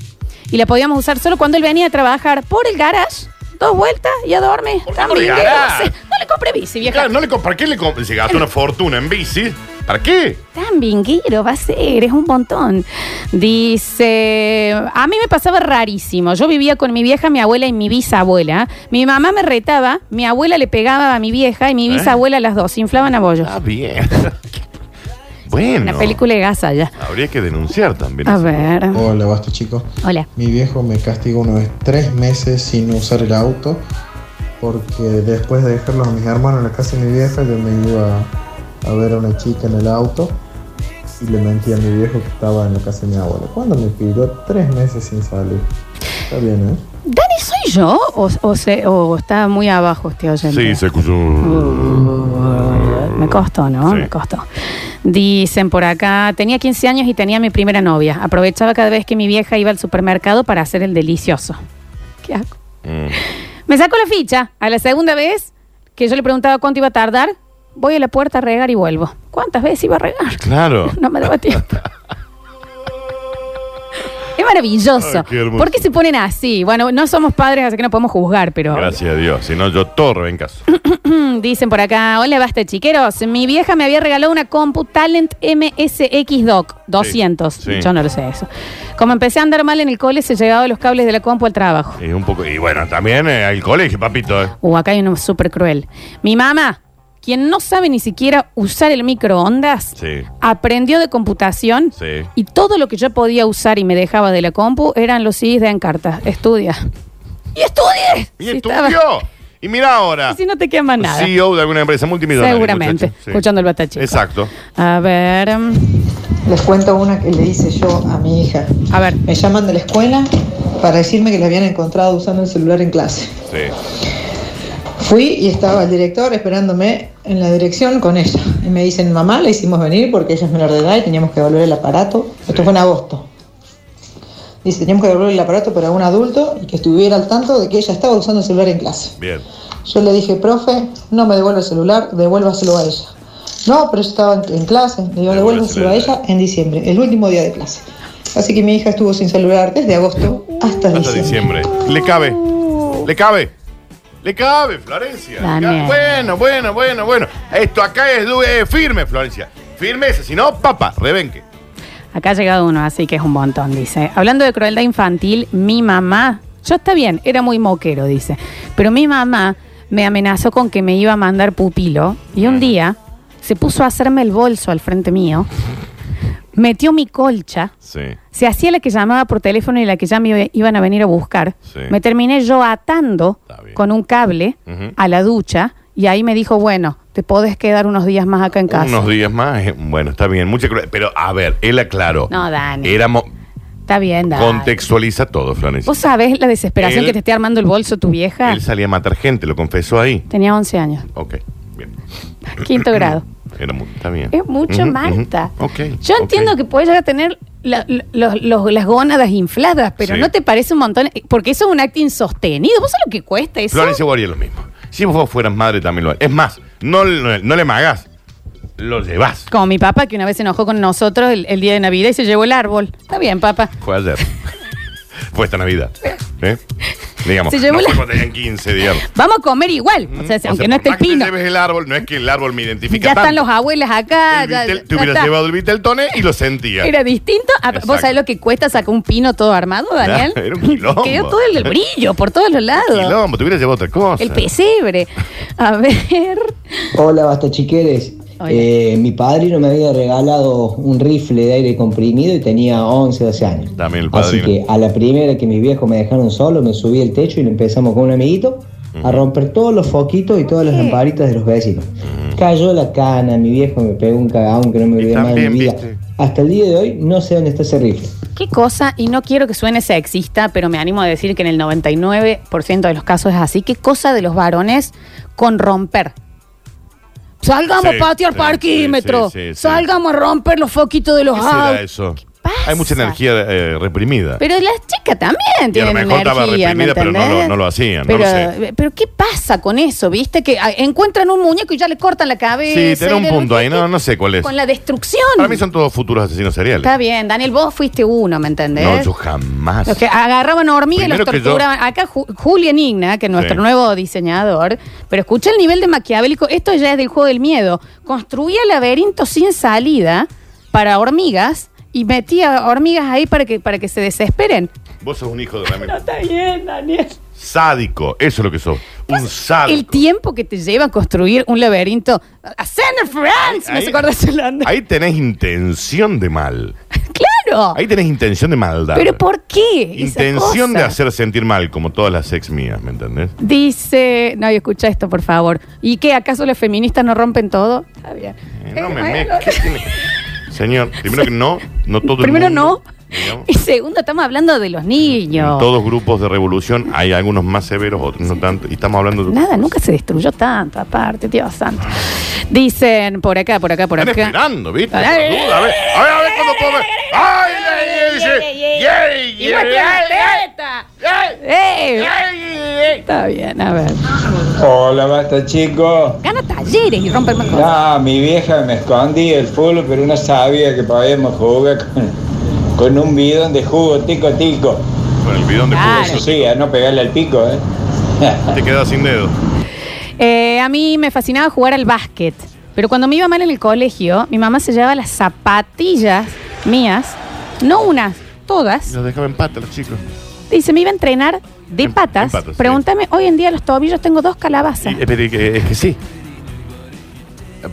[SPEAKER 1] y la podíamos usar solo cuando él venía a trabajar por el garage. Dos vueltas y a dormir.
[SPEAKER 2] ¿Por qué por el
[SPEAKER 1] También.
[SPEAKER 2] garage?
[SPEAKER 1] No le compré bici, vieja.
[SPEAKER 2] Claro, no le comp- ¿Para qué le comp- Si gastó una fortuna en bici, ¿para qué?
[SPEAKER 1] Tan vinguero va a ser, es un montón. Dice, a mí me pasaba rarísimo. Yo vivía con mi vieja, mi abuela y mi bisabuela. Mi mamá me retaba, mi abuela le pegaba a mi vieja y mi
[SPEAKER 2] ¿Eh? Ah,
[SPEAKER 1] bisabuela a las dos, se inflaban a bollos.
[SPEAKER 2] Está bien. *laughs* bueno.
[SPEAKER 1] Una película de gasa ya.
[SPEAKER 2] Habría que denunciar también.
[SPEAKER 1] A
[SPEAKER 2] eso.
[SPEAKER 1] ver.
[SPEAKER 8] Hola, basta chicos.
[SPEAKER 1] Hola.
[SPEAKER 8] Mi viejo me castigó una vez tres meses sin usar el auto porque después de dejarlos a mis hermanos en la casa de mi vieja yo me iba a ver a una chica en el auto y le mentí a mi viejo que estaba en la casa de mi abuelo. ¿Cuándo me pidió tres meses sin salir? Está bien, ¿eh?
[SPEAKER 1] ¿Dani soy yo o, o se- o está muy abajo este oyente?
[SPEAKER 2] Sí, se escuchó.
[SPEAKER 1] Uh. Me costó, ¿no?
[SPEAKER 2] Sí.
[SPEAKER 1] Me costó. Dicen por acá, tenía 15 años y tenía mi primera novia. Aprovechaba cada vez que mi vieja iba al supermercado para hacer el delicioso. ¿Qué hago?
[SPEAKER 2] Mm.
[SPEAKER 1] Me saco la ficha. A la segunda vez que yo le preguntaba cuánto iba a tardar, voy a la puerta a regar y vuelvo. ¿Cuántas veces iba a regar? *laughs*
[SPEAKER 2] Claro.
[SPEAKER 1] No me daba tiempo.
[SPEAKER 2] *laughs*
[SPEAKER 1] Es maravilloso.
[SPEAKER 2] Ay, qué hermoso.
[SPEAKER 1] ¿Por qué se ponen así? Bueno, no somos padres, así que no podemos juzgar, pero
[SPEAKER 2] Gracias a Dios. Si no, yo todo en caso.
[SPEAKER 1] Mm, Dicen por acá, hola basta chiqueros, mi vieja me había regalado una compu Talent MSX Doc 200,
[SPEAKER 2] Sí, sí.
[SPEAKER 1] yo no lo sé eso. Como empecé a andar mal en el cole, se llegaban los cables de la compu al trabajo.
[SPEAKER 2] Es un poco. Y bueno, también eh, al colegio, papito. eh.
[SPEAKER 1] Uh, acá hay uno súper cruel. Mi mamá, quien no sabe ni siquiera usar el microondas,
[SPEAKER 2] Sí.
[SPEAKER 1] aprendió de computación
[SPEAKER 2] Sí.
[SPEAKER 1] y todo lo que yo podía usar y me dejaba de la compu eran los CDs de Encarta. Estudia. ¡Y estudié!
[SPEAKER 2] Y
[SPEAKER 1] Si estaba- *laughs*
[SPEAKER 2] estudió. Y mira ahora.
[SPEAKER 1] Y si no te quema nada.
[SPEAKER 2] CEO de alguna empresa multimillonaria.
[SPEAKER 1] Seguramente,
[SPEAKER 2] muchacho. Sí.
[SPEAKER 1] escuchando el batachico.
[SPEAKER 2] Exacto.
[SPEAKER 1] A ver, mm,
[SPEAKER 9] Les cuento una que le hice yo a mi hija.
[SPEAKER 1] a ver.
[SPEAKER 9] Me llaman de la escuela para decirme que la habían encontrado usando el celular en clase.
[SPEAKER 2] Sí.
[SPEAKER 9] Fui y estaba el director esperándome en la dirección con ella. Y me dicen, mamá, la hicimos venir porque ella es menor de edad y teníamos que devolver el aparato. Esto fue en agosto. Dice, teníamos que devolver el aparato para un adulto y que estuviera al tanto de que ella estaba usando el celular en clase.
[SPEAKER 2] Bien.
[SPEAKER 9] Yo le dije, profe, no me devuelva el celular, devuélvaselo a ella. No, pero yo estaba en, en clase, le digo,
[SPEAKER 2] Devuélvaselo
[SPEAKER 9] devuélvaselo
[SPEAKER 2] a
[SPEAKER 9] a ella en diciembre, el último día de clase. Así que mi hija estuvo sin celular desde agosto hasta,
[SPEAKER 2] Hasta diciembre. Le cabe. Le cabe. Le cabe, Florencia.
[SPEAKER 1] Daniel.
[SPEAKER 2] Bueno, bueno, bueno, bueno. Esto acá es du- eh, firme, Florencia. Firmeza. Si no, papa, rebenque.
[SPEAKER 1] Acá ha llegado uno, así que es un montón, dice. Hablando de crueldad infantil, mi mamá, yo está bien, era muy moquero, dice, pero mi mamá me amenazó con que me iba a mandar pupilo y un día se puso a hacerme el bolso al frente mío, metió mi colcha,
[SPEAKER 2] Sí.
[SPEAKER 1] se hacía la que llamaba por teléfono y la que ya me iba- iban a venir a buscar.
[SPEAKER 2] Sí.
[SPEAKER 1] Me terminé yo atando
[SPEAKER 2] Está bien.
[SPEAKER 1] con un cable
[SPEAKER 2] Ujú.
[SPEAKER 1] a la ducha y ahí me dijo, bueno, te podés quedar unos días más acá en casa.
[SPEAKER 2] Unos días más. eh, Bueno, está bien. Mucha cru- Pero a ver, él aclaró.
[SPEAKER 1] No, Dani.
[SPEAKER 2] Éramos.
[SPEAKER 1] Está bien, Dani.
[SPEAKER 2] Contextualiza todo, Florencia.
[SPEAKER 1] ¿Vos sabés la desesperación
[SPEAKER 2] Él-
[SPEAKER 1] que te esté armando el bolso tu vieja?
[SPEAKER 2] Él salía a matar gente, lo confesó ahí.
[SPEAKER 1] Tenía 11 años,
[SPEAKER 2] Ok, bien.
[SPEAKER 1] quinto grado.
[SPEAKER 2] Era mu- está bien.
[SPEAKER 1] Es mucho,
[SPEAKER 2] Ujú,
[SPEAKER 1] Marta.
[SPEAKER 2] ujú. Ok.
[SPEAKER 1] Yo
[SPEAKER 2] ok.
[SPEAKER 1] entiendo que puedes llegar a tener la- los- los- las gónadas infladas, pero
[SPEAKER 2] Sí.
[SPEAKER 1] ¿no te parece un montón? Porque eso es un acto insostenido. ¿Vos sabés lo que cuesta eso?
[SPEAKER 2] Florencia Guardia es lo mismo. Si vos fueras madre también lo es. Es más, no, le- no le magas, lo llevas.
[SPEAKER 1] Como mi papá, que una vez se enojó con nosotros el, el día de Navidad y se llevó el árbol. Está bien, papá.
[SPEAKER 2] Fue ayer. *laughs* fue esta Navidad. ¿Eh? Digamos,
[SPEAKER 1] Se llevó
[SPEAKER 2] no
[SPEAKER 1] la-
[SPEAKER 2] fue cuando tenían 15, digamos.
[SPEAKER 1] Vamos a comer igual. O sea,
[SPEAKER 2] O sea,
[SPEAKER 1] aunque
[SPEAKER 2] por
[SPEAKER 1] no esté el
[SPEAKER 2] más que te
[SPEAKER 1] pino.
[SPEAKER 2] lleves el árbol, no es que el árbol me identifica
[SPEAKER 1] Ya están
[SPEAKER 2] tanto.
[SPEAKER 1] los abuelas acá.
[SPEAKER 2] El
[SPEAKER 1] ya-
[SPEAKER 2] Vitel-
[SPEAKER 1] ya
[SPEAKER 2] te hubieras
[SPEAKER 1] está.
[SPEAKER 2] llevado el Viteltone y lo sentía.
[SPEAKER 1] Era distinto. A- ¿Vos
[SPEAKER 2] Exacto.
[SPEAKER 1] sabés lo que cuesta sacar un pino todo armado, Daniel?
[SPEAKER 2] Era un quilombo.
[SPEAKER 1] Quedó todo el brillo por todos los lados.
[SPEAKER 2] Quilombo, te hubieras llevado otra cosa.
[SPEAKER 1] El pesebre. A ver.
[SPEAKER 4] Hola, basta chiqueres.
[SPEAKER 1] Hola.
[SPEAKER 10] Eh, mi padrino me había regalado un rifle de aire comprimido y tenía 11, 12 años.
[SPEAKER 2] También el
[SPEAKER 10] Así
[SPEAKER 2] padrino.
[SPEAKER 10] que a la primera que mis viejos me dejaron solo, me subí al techo y lo empezamos con un amiguito a romper todos los foquitos y todas las lamparitas de los vecinos. Cayó la cana, mi viejo me pegó un cagón que no me
[SPEAKER 2] Y
[SPEAKER 10] olvidé más de mi
[SPEAKER 2] también,
[SPEAKER 10] vida.
[SPEAKER 2] viste.
[SPEAKER 10] Hasta el día de hoy no sé dónde está ese rifle.
[SPEAKER 1] ¿Qué cosa? Y no quiero que suene sexista, pero me animo a decir que en el 99% de los casos es así. ¿Qué cosa de los varones con romper? Salgamos
[SPEAKER 2] Sí,
[SPEAKER 1] a patear
[SPEAKER 2] sí,
[SPEAKER 1] parquímetro.
[SPEAKER 2] sí, sí, sí.
[SPEAKER 1] Salgamos a romper los foquitos de los
[SPEAKER 2] ¿Qué será
[SPEAKER 1] autos.
[SPEAKER 2] eso?
[SPEAKER 1] pasa?
[SPEAKER 2] Hay mucha energía eh, reprimida.
[SPEAKER 1] Pero las chicas también
[SPEAKER 2] Y a
[SPEAKER 1] tienen
[SPEAKER 2] lo mejor estaba
[SPEAKER 1] energía, ¿me
[SPEAKER 2] reprimida, pero no
[SPEAKER 1] entendés?
[SPEAKER 2] lo, no lo hacían,
[SPEAKER 1] Pero, eh,
[SPEAKER 2] no lo sé.
[SPEAKER 1] pero ¿qué pasa con eso? ¿Viste? Que ah, encuentran un muñeco y ya le cortan la cabeza.
[SPEAKER 2] Sí, tenés
[SPEAKER 1] y
[SPEAKER 2] un
[SPEAKER 1] le-
[SPEAKER 2] punto ahí, no, no sé cuál es.
[SPEAKER 1] Con la destrucción.
[SPEAKER 2] Para mí son todos futuros asesinos seriales.
[SPEAKER 1] Está bien, Daniel, vos fuiste uno, ¿me entendés?
[SPEAKER 2] No, yo jamás.
[SPEAKER 1] Los que agarraban hormigas y los
[SPEAKER 2] Primero que yo-
[SPEAKER 1] torturaban. Acá Ju- Julian Igna, que es nuestro
[SPEAKER 2] Sí.
[SPEAKER 1] nuevo diseñador, pero escucha el nivel de maquiavélico. Esto ya es del juego del miedo. Construía laberintos sin salida para hormigas y metía hormigas ahí para que, para que se desesperen.
[SPEAKER 2] Vos sos un
[SPEAKER 1] *laughs*
[SPEAKER 2] hijo de Ramiro.
[SPEAKER 1] Está bien, Daniel.
[SPEAKER 2] Sádico, eso es lo que sos. Un
[SPEAKER 1] El
[SPEAKER 2] sádico.
[SPEAKER 1] tiempo que te lleva a construir un laberinto. ¡Ascender France! ¿No
[SPEAKER 2] Ahí-
[SPEAKER 1] se acuerda ese holandés?
[SPEAKER 2] Ahí tenés intención de mal.
[SPEAKER 1] ¡Claro!
[SPEAKER 2] Ahí tenés intención de maldad.
[SPEAKER 1] ¿Pero por qué? esa
[SPEAKER 2] Intención de
[SPEAKER 1] cosa?
[SPEAKER 2] hacer sentir mal, como todas las ex mías, ¿me entendés?
[SPEAKER 1] Dice, no, y escucha esto, por favor. ¿Y qué? ¿Acaso las feministas no rompen todo? Está bien.
[SPEAKER 2] Eh, no
[SPEAKER 1] Eh,
[SPEAKER 2] me
[SPEAKER 1] bueno.
[SPEAKER 2] mezcles. ¿qué tiene? Señor, primero que no, no todo el
[SPEAKER 1] *laughs* Primero
[SPEAKER 2] mundo,
[SPEAKER 1] no.
[SPEAKER 2] digamos.
[SPEAKER 1] Y segundo, estamos hablando de los
[SPEAKER 2] En
[SPEAKER 1] niños.
[SPEAKER 2] todos grupos de revolución hay algunos más severos, otros no tanto. Y estamos hablando de.
[SPEAKER 1] Nada, nunca se destruyó tanto, aparte, Dios santo. Dicen por acá, por acá, por
[SPEAKER 2] Están
[SPEAKER 1] acá.
[SPEAKER 2] esperando, ¿viste? Por
[SPEAKER 1] Ay,
[SPEAKER 2] la duda, a ver, a ver, a ver cuándo puedo ver. ¡Ay, ay, ay, ay, ay,
[SPEAKER 1] ¡Y
[SPEAKER 2] ay,
[SPEAKER 1] muestren las
[SPEAKER 2] ay, ay,
[SPEAKER 1] tetas!
[SPEAKER 2] ay,
[SPEAKER 1] ¡Eh!
[SPEAKER 2] ay, ay!
[SPEAKER 1] Está bien, a ver.
[SPEAKER 4] Hola, basta chicos.
[SPEAKER 1] Gana talleres y romper más cosas.
[SPEAKER 4] Ah, mi vieja me escondía el fútbol, pero no sabía que podíamos jugar con, con un bidón de jugo tico tico.
[SPEAKER 2] Con el bidón de
[SPEAKER 1] Claro.
[SPEAKER 2] jugo,
[SPEAKER 4] Eso sí, a no pegarle al pico, ¿eh?
[SPEAKER 2] te quedas sin dedo.
[SPEAKER 1] Eh, a mí me fascinaba jugar al básquet, pero cuando me iba mal en el colegio, mi mamá se llevaba las zapatillas mías, no unas,
[SPEAKER 2] Y
[SPEAKER 1] todas,
[SPEAKER 2] Los dejaba en pata los chicos.
[SPEAKER 1] y se me iba a entrenar de
[SPEAKER 2] En- en
[SPEAKER 1] patas.
[SPEAKER 2] patas, sí.
[SPEAKER 1] Pregúntame, hoy en día los tobillos tengo dos calabazas.
[SPEAKER 2] Y- eh, pero, eh, es que sí.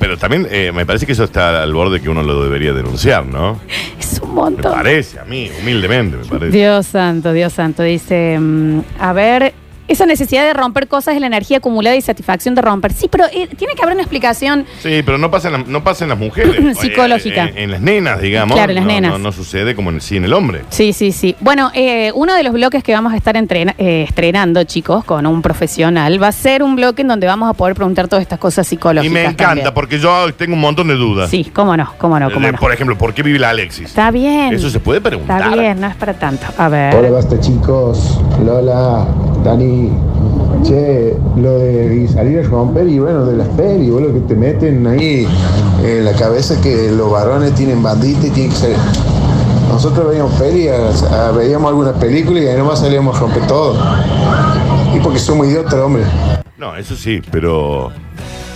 [SPEAKER 2] Pero también eh, me parece que eso está al borde que uno lo debería denunciar, ¿no?
[SPEAKER 1] Es un
[SPEAKER 2] eh, Me
[SPEAKER 1] montón.
[SPEAKER 2] parece, a mí, humildemente, me parece.
[SPEAKER 1] Dios santo, Dios santo, dice, mm, a ver, esa necesidad de romper cosas es la energía acumulada y satisfacción de romper. Sí, pero eh, tiene que haber una explicación.
[SPEAKER 2] Sí, pero no pasa en, las- no pasa en
[SPEAKER 1] *laughs*
[SPEAKER 2] las mujeres. Oye,
[SPEAKER 1] Psicológica.
[SPEAKER 2] En, en las nenas, digamos.
[SPEAKER 1] Claro, en las
[SPEAKER 2] No-
[SPEAKER 1] nenas.
[SPEAKER 2] No, no sucede como en el, sí, en el hombre.
[SPEAKER 1] Sí, sí, sí. Bueno, eh, uno de los bloques que vamos a estar entrena- eh, estrenando, chicos, con un profesional, va a ser un bloque en donde vamos a poder preguntar todas estas cosas psicológicas.
[SPEAKER 2] Y me encanta,
[SPEAKER 1] también.
[SPEAKER 2] porque yo tengo un montón de dudas.
[SPEAKER 1] Sí, cómo no, cómo no, cómo
[SPEAKER 2] Eh,
[SPEAKER 1] no.
[SPEAKER 2] Por ejemplo, ¿por qué vive la Alexis?
[SPEAKER 1] Está bien.
[SPEAKER 2] Eso se puede preguntar.
[SPEAKER 1] Está bien, no es para tanto.
[SPEAKER 8] Hola,
[SPEAKER 1] A ver.
[SPEAKER 8] basta chicos. Lola, Dani. Che, lo de salir a romper y bueno, de las pelis, boludo, que te meten ahí en la cabeza que los varones tienen bandita y tienen que ser. Nosotros veíamos peli, a- a- veíamos algunas películas y ahí nomás salíamos a romper todo. Y porque somos idiotas, hombre.
[SPEAKER 2] No, eso sí, pero.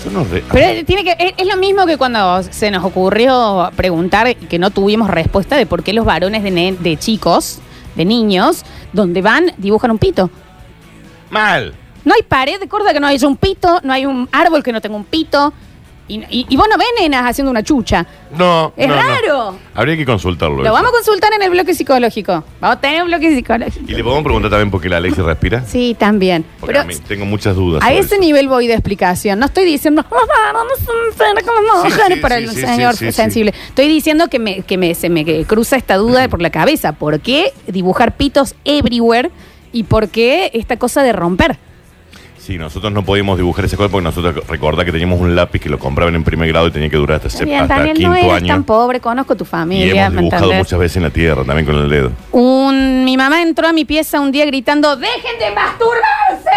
[SPEAKER 2] Yo no re-
[SPEAKER 1] Pero eh, tiene que, es, es lo mismo que cuando se nos ocurrió preguntar y que no tuvimos respuesta de por qué los varones de, ne- de chicos, de niños, donde van, dibujan un pito.
[SPEAKER 2] Mal.
[SPEAKER 1] No hay pared de Córdoba que no haya un pito, no hay un árbol que no tenga un pito. Y, y- y vos no ves nenas haciendo una chucha.
[SPEAKER 2] No.
[SPEAKER 1] Es
[SPEAKER 2] no, no.
[SPEAKER 1] raro.
[SPEAKER 2] Habría que consultarlo.
[SPEAKER 1] Lo
[SPEAKER 2] eso.
[SPEAKER 1] vamos a consultar en el bloque psicológico. Vamos a tener un bloque psicológico.
[SPEAKER 2] Y le podemos preguntar también por qué la Alexis respira.
[SPEAKER 1] *laughs* Sí, también.
[SPEAKER 2] Porque
[SPEAKER 1] Pero
[SPEAKER 2] a mí tengo muchas dudas.
[SPEAKER 1] a
[SPEAKER 2] sobre
[SPEAKER 1] ese
[SPEAKER 2] eso.
[SPEAKER 1] nivel voy de explicación. No estoy diciendo, vamos a hacer como las
[SPEAKER 2] Sí, sí,
[SPEAKER 1] mujeres", para
[SPEAKER 2] sí,
[SPEAKER 1] el
[SPEAKER 2] sí,
[SPEAKER 1] señor
[SPEAKER 2] sí, sí, sí.
[SPEAKER 1] sensible. Estoy diciendo que, me, que me, se me que cruza esta duda por la cabeza. ¿Por qué dibujar pitos everywhere? ¿Y por qué esta cosa de romper?
[SPEAKER 2] Sí, nosotros no podíamos dibujar ese cosas porque nosotros recordá que teníamos un lápiz que lo compraban en primer grado y tenía que durar hasta,
[SPEAKER 1] Está
[SPEAKER 2] se-
[SPEAKER 1] bien,
[SPEAKER 2] hasta
[SPEAKER 1] Daniel,
[SPEAKER 2] quinto
[SPEAKER 1] no eres
[SPEAKER 2] año.
[SPEAKER 1] tan pobre, conozco tu
[SPEAKER 2] y
[SPEAKER 1] familia.
[SPEAKER 2] hemos
[SPEAKER 1] ¿me
[SPEAKER 2] dibujado
[SPEAKER 1] entendés?
[SPEAKER 2] muchas veces en la tierra, también con el dedo.
[SPEAKER 1] Un, mi mamá entró a mi pieza un día gritando, ¡dejen de masturbarse!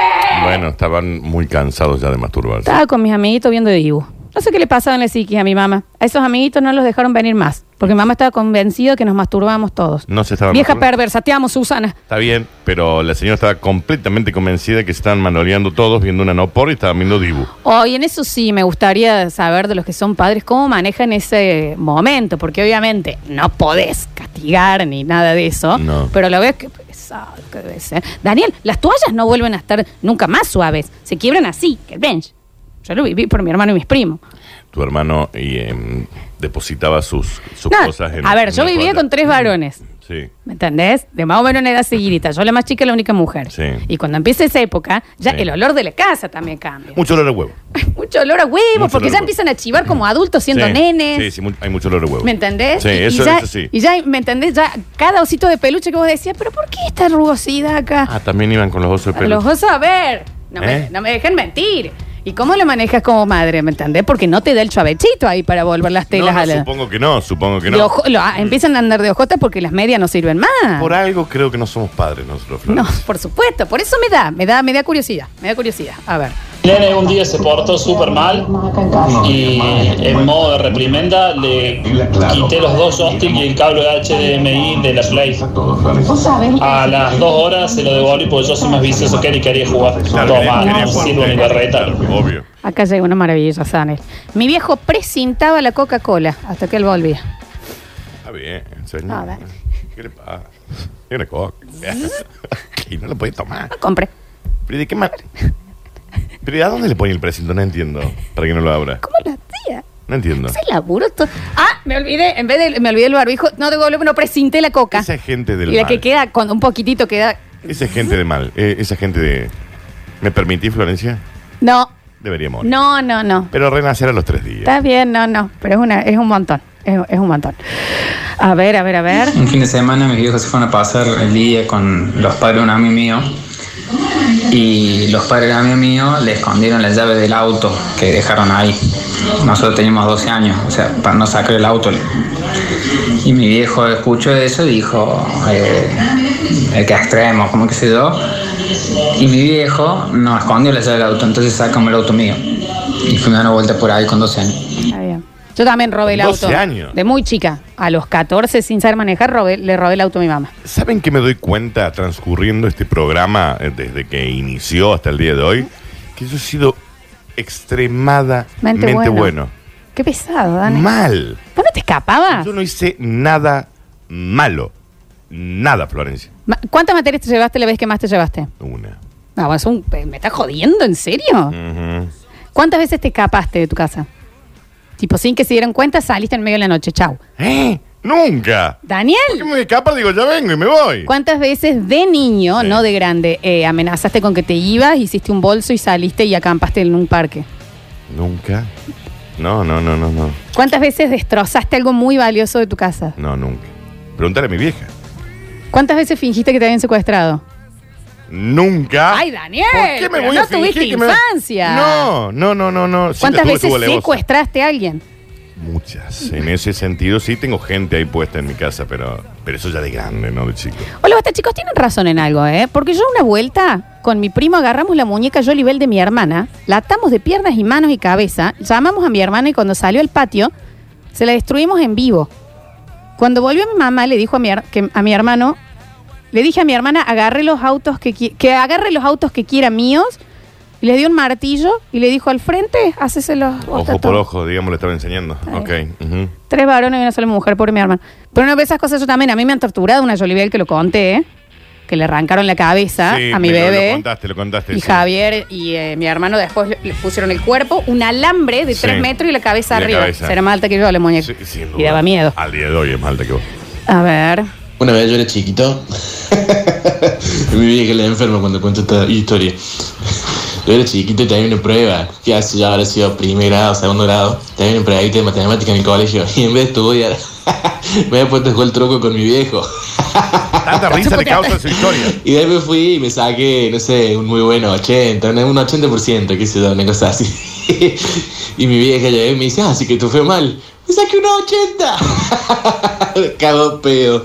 [SPEAKER 2] Bueno, estaban muy cansados ya de masturbarse.
[SPEAKER 1] Estaba con mis amiguitos viendo Dibu. No sé qué le pasaba en la psiquis a mi mamá. A esos amiguitos no los dejaron venir más, porque mi mamá estaba convencida que nos masturbábamos todos.
[SPEAKER 2] No se estaban
[SPEAKER 1] Vieja
[SPEAKER 2] masturbando.
[SPEAKER 1] perversa, te amo, Susana.
[SPEAKER 2] Está bien, pero la señora estaba completamente convencida que se estaban manoleando todos viendo una no por y estaban viendo Dibu.
[SPEAKER 1] Hoy Oh, en eso sí me gustaría saber de los que son padres cómo manejan ese momento, porque obviamente no podés castigar ni nada de eso,
[SPEAKER 2] No.
[SPEAKER 1] pero lo ves que pesado que debe ser. Daniel, las toallas no vuelven a estar nunca más suaves, se quiebran así, que el bench. Yo lo viví por mi hermano y mis primos.
[SPEAKER 2] Tu hermano y, em, depositaba sus, sus
[SPEAKER 1] No,
[SPEAKER 2] cosas en.
[SPEAKER 1] a ver,
[SPEAKER 2] en
[SPEAKER 1] yo
[SPEAKER 2] una
[SPEAKER 1] vivía
[SPEAKER 2] toalla.
[SPEAKER 1] con tres varones.
[SPEAKER 2] Sí.
[SPEAKER 1] ¿Me entendés? De más o menos una edad seguidita. Yo la más chica, la única mujer.
[SPEAKER 2] Sí.
[SPEAKER 1] Y cuando empieza esa época, ya
[SPEAKER 2] Sí.
[SPEAKER 1] el olor de la casa también cambia.
[SPEAKER 2] Mucho olor a huevo.
[SPEAKER 1] Mucho olor a huevo,
[SPEAKER 2] Mucho
[SPEAKER 1] porque
[SPEAKER 2] olor
[SPEAKER 1] ya
[SPEAKER 2] a
[SPEAKER 1] empiezan a chivar como adultos siendo
[SPEAKER 2] Sí,
[SPEAKER 1] nenes.
[SPEAKER 2] Sí, sí, mu- hay mucho olor a huevo.
[SPEAKER 1] ¿Me entendés?
[SPEAKER 2] Sí,
[SPEAKER 1] y, y
[SPEAKER 2] eso,
[SPEAKER 1] ya,
[SPEAKER 2] eso sí.
[SPEAKER 1] Y ya, ¿me entendés? Ya cada osito de peluche que vos decías, ¿pero por qué esta rugosidad acá?
[SPEAKER 2] Ah, también iban con los osos de peluche.
[SPEAKER 1] Los osos, a ver, no, me,
[SPEAKER 2] ¿Eh?
[SPEAKER 1] no me dejen mentir. ¿Y cómo lo manejas como madre? ¿Me entendés? Porque no te da el chavechito ahí para volver las
[SPEAKER 2] No,
[SPEAKER 1] telas
[SPEAKER 2] no,
[SPEAKER 1] a la.
[SPEAKER 2] Supongo que no, supongo
[SPEAKER 1] de
[SPEAKER 2] que no.
[SPEAKER 1] ojo- lo- ah, empiezan a andar de ojota porque las medias no sirven más.
[SPEAKER 2] Por algo creo que no somos padres nosotros, Flor.
[SPEAKER 1] no, por supuesto, por eso me da, me da, me da curiosidad, me da curiosidad. A ver.
[SPEAKER 11] Lene un día se portó súper mal y en modo de reprimenda le quité los dos joysticks y el cable HDMI de la Play. A las dos horas se lo devolví porque yo soy más vicioso que él y quería jugar. Toma,
[SPEAKER 2] quería
[SPEAKER 11] no
[SPEAKER 2] jugar,
[SPEAKER 11] sirvo ni
[SPEAKER 2] sí,
[SPEAKER 11] para retar.
[SPEAKER 2] Obvio.
[SPEAKER 1] Acá llega una maravillosa Sanel. Mi viejo precintaba la Coca-Cola hasta que él volvía.
[SPEAKER 2] Está bien, señor.
[SPEAKER 1] A ver.
[SPEAKER 2] ¿Qué le pasa? Tiene coca. *laughs* y no lo podía tomar.
[SPEAKER 1] No compré.
[SPEAKER 2] Pero de qué mal. Pero ¿a dónde le pone el precinto? No entiendo. Para que no lo abra.
[SPEAKER 1] ¿Cómo la hacía?
[SPEAKER 2] No entiendo.
[SPEAKER 1] Se laburo todo. Ah, me olvidé, en vez de me olvidé el barbijo, no debo no precinté la coca.
[SPEAKER 2] Esa gente del
[SPEAKER 1] Y la
[SPEAKER 2] mal.
[SPEAKER 1] que queda con un poquitito queda.
[SPEAKER 2] Esa gente de mal. Eh, esa gente de. ¿Me permitís, Florencia?
[SPEAKER 1] No,
[SPEAKER 2] Debería morir.
[SPEAKER 1] no, no, no.
[SPEAKER 2] Pero renacer a los tres días.
[SPEAKER 1] Está bien, no, no. Pero es una, es un montón. Es, es un montón. A ver, a ver, a ver.
[SPEAKER 12] Un fin de semana mis viejos se fueron a pasar el día con los padres de un amigo mío y los padres de un amigo mío le escondieron la llave del auto que dejaron ahí. Nosotros teníamos 12 años, o sea, para no sacar el auto. Y mi viejo escuchó eso y dijo, eh, eh, que extremo, como que se yo. Y mi viejo no escondió la llave del auto, entonces sacamos el auto mío. Y fuimos a dar una vuelta por ahí con 12 años.
[SPEAKER 1] Está bien. Yo también robé el
[SPEAKER 2] 12
[SPEAKER 1] auto.
[SPEAKER 2] años.
[SPEAKER 1] De muy chica. A los 14, sin saber manejar, robé- le robé el auto a mi mamá.
[SPEAKER 2] ¿Saben qué me doy cuenta transcurriendo este programa eh, desde que inició hasta el día de hoy? Que yo he sido extremadamente
[SPEAKER 1] Mente bueno.
[SPEAKER 2] bueno.
[SPEAKER 1] Qué pesado, Dani.
[SPEAKER 2] Mal.
[SPEAKER 1] ¿Vos no te escapabas?
[SPEAKER 2] Yo no hice nada malo. Nada, Florencia.
[SPEAKER 1] Ma- ¿Cuántas materias te llevaste la vez que más te llevaste?
[SPEAKER 2] Una.
[SPEAKER 1] No, vos un- ¿Me estás jodiendo? ¿En
[SPEAKER 2] Mm.
[SPEAKER 1] serio?
[SPEAKER 2] Ujú.
[SPEAKER 1] ¿Cuántas veces te escapaste de tu casa? Tipo, sin que se dieran cuenta, saliste en medio de la noche. Chau.
[SPEAKER 2] ¡Eh! ¡Nunca!
[SPEAKER 1] Daniel,
[SPEAKER 2] ¿Por qué me escapa? Digo, ya vengo y me voy.
[SPEAKER 1] ¿cuántas veces de niño, no de grande, eh, amenazaste con que te ibas, hiciste un bolso y saliste y acampaste en un parque?
[SPEAKER 2] Nunca. No, no, no, no, no.
[SPEAKER 1] ¿Cuántas veces destrozaste algo muy valioso de tu casa?
[SPEAKER 2] No, nunca. Pregúntale a mi vieja.
[SPEAKER 1] ¿Cuántas veces fingiste que te habían secuestrado?
[SPEAKER 2] Nunca.
[SPEAKER 1] ¡Ay, Daniel!
[SPEAKER 2] ¿Por qué me
[SPEAKER 1] pero
[SPEAKER 2] voy
[SPEAKER 1] no
[SPEAKER 2] a fingir
[SPEAKER 1] tuviste
[SPEAKER 2] que me-
[SPEAKER 1] infancia.
[SPEAKER 2] No, no, no, no, no. Sí,
[SPEAKER 1] ¿Cuántas
[SPEAKER 2] la tuve,
[SPEAKER 1] veces
[SPEAKER 2] tuvo levosa.
[SPEAKER 1] secuestraste a alguien?
[SPEAKER 2] Muchas. En ese sentido sí tengo gente ahí puesta en mi casa, pero, pero eso ya de grande, no de chico.
[SPEAKER 1] Hola, basta, chicos, tienen razón en algo, ¿eh? Porque yo una vuelta con mi primo agarramos la muñeca Yolibel de mi hermana, la atamos de piernas y manos y cabeza, llamamos a mi hermana y cuando salió al patio, se la destruimos en vivo. Cuando volvió mi mamá, le dijo a mi, her- que- a mi hermano, le dije a mi hermana, agarre los autos que, qui- que agarre los autos que quiera míos, y les dio un martillo y le dijo al frente, háceselos. vos,
[SPEAKER 2] Ojo
[SPEAKER 1] Tato".
[SPEAKER 2] por ojo, digamos, le estaba enseñando. Ok. ujú.
[SPEAKER 1] Tres varones y una sola mujer, pobre mi hermano. Pero una de esas cosas yo también, a mí me han torturado una Jolibel que lo conté, ¿eh? que le arrancaron la cabeza
[SPEAKER 2] Sí,
[SPEAKER 1] Ah, a mi
[SPEAKER 2] me lo- Lo,
[SPEAKER 1] bebé.
[SPEAKER 2] contaste, lo contaste.
[SPEAKER 1] y
[SPEAKER 2] sí.
[SPEAKER 1] Javier y eh, mi hermano después le, le pusieron el cuerpo, un alambre de
[SPEAKER 2] Sí.
[SPEAKER 1] tres metros y la cabeza
[SPEAKER 2] Y la
[SPEAKER 1] arriba.
[SPEAKER 2] cabeza.
[SPEAKER 1] Será más alta que yo la muñeca.
[SPEAKER 2] Sí, sin
[SPEAKER 1] y
[SPEAKER 2] duda.
[SPEAKER 1] daba miedo.
[SPEAKER 2] Al día de hoy es más alta
[SPEAKER 1] *laughs*
[SPEAKER 2] que vos.
[SPEAKER 1] A ver.
[SPEAKER 13] Una vez yo
[SPEAKER 4] *laughs*
[SPEAKER 13] era chiquito. Mi vieja la enferma cuando cuento esta historia. Yo era chiquito y tenía una prueba. Que hace ya ahora sido primer grado, segundo grado. Tenía una pruebita de matemática en el colegio. *laughs* Y en vez de estudiar, me había puesto a jugar el truco con mi viejo.
[SPEAKER 2] Tanta risa le causa su historia.
[SPEAKER 13] Y de ahí me fui y me saqué, no sé, un muy bueno 80, un un 80%, qué sé yo, una cosa así. *laughs* y mi vieja llegué y me dice, ah, así que tú fue mal. Me saqué un 80. *laughs* Cago pedo.
[SPEAKER 2] Lo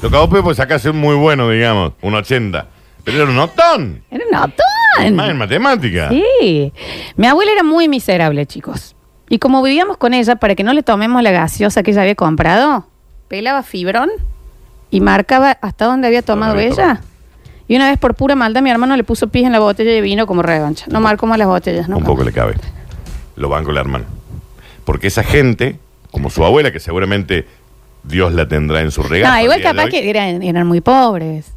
[SPEAKER 2] pues, cagó Pepe porque sacaste un muy bueno, digamos, un 80. Pero era un notón.
[SPEAKER 1] Era un notón.
[SPEAKER 2] Más en matemática.
[SPEAKER 1] Sí. Mi abuela era muy miserable, chicos. Y como vivíamos con ella, para que no le tomemos la gaseosa que ella había comprado, pelaba fibrón y marcaba hasta dónde había tomado
[SPEAKER 2] había
[SPEAKER 1] ella. Y una vez por pura maldad mi hermano le puso pis en la botella de vino como revancha. No marcó más las botellas, ¿no?
[SPEAKER 2] Un poco le cabe. Lo banco la hermana. Porque esa gente, como su abuela, que seguramente Dios la tendrá en su regalo.
[SPEAKER 1] No,
[SPEAKER 2] al
[SPEAKER 1] igual
[SPEAKER 2] día de
[SPEAKER 1] capaz
[SPEAKER 2] hoy,
[SPEAKER 1] que eran, eran muy pobres.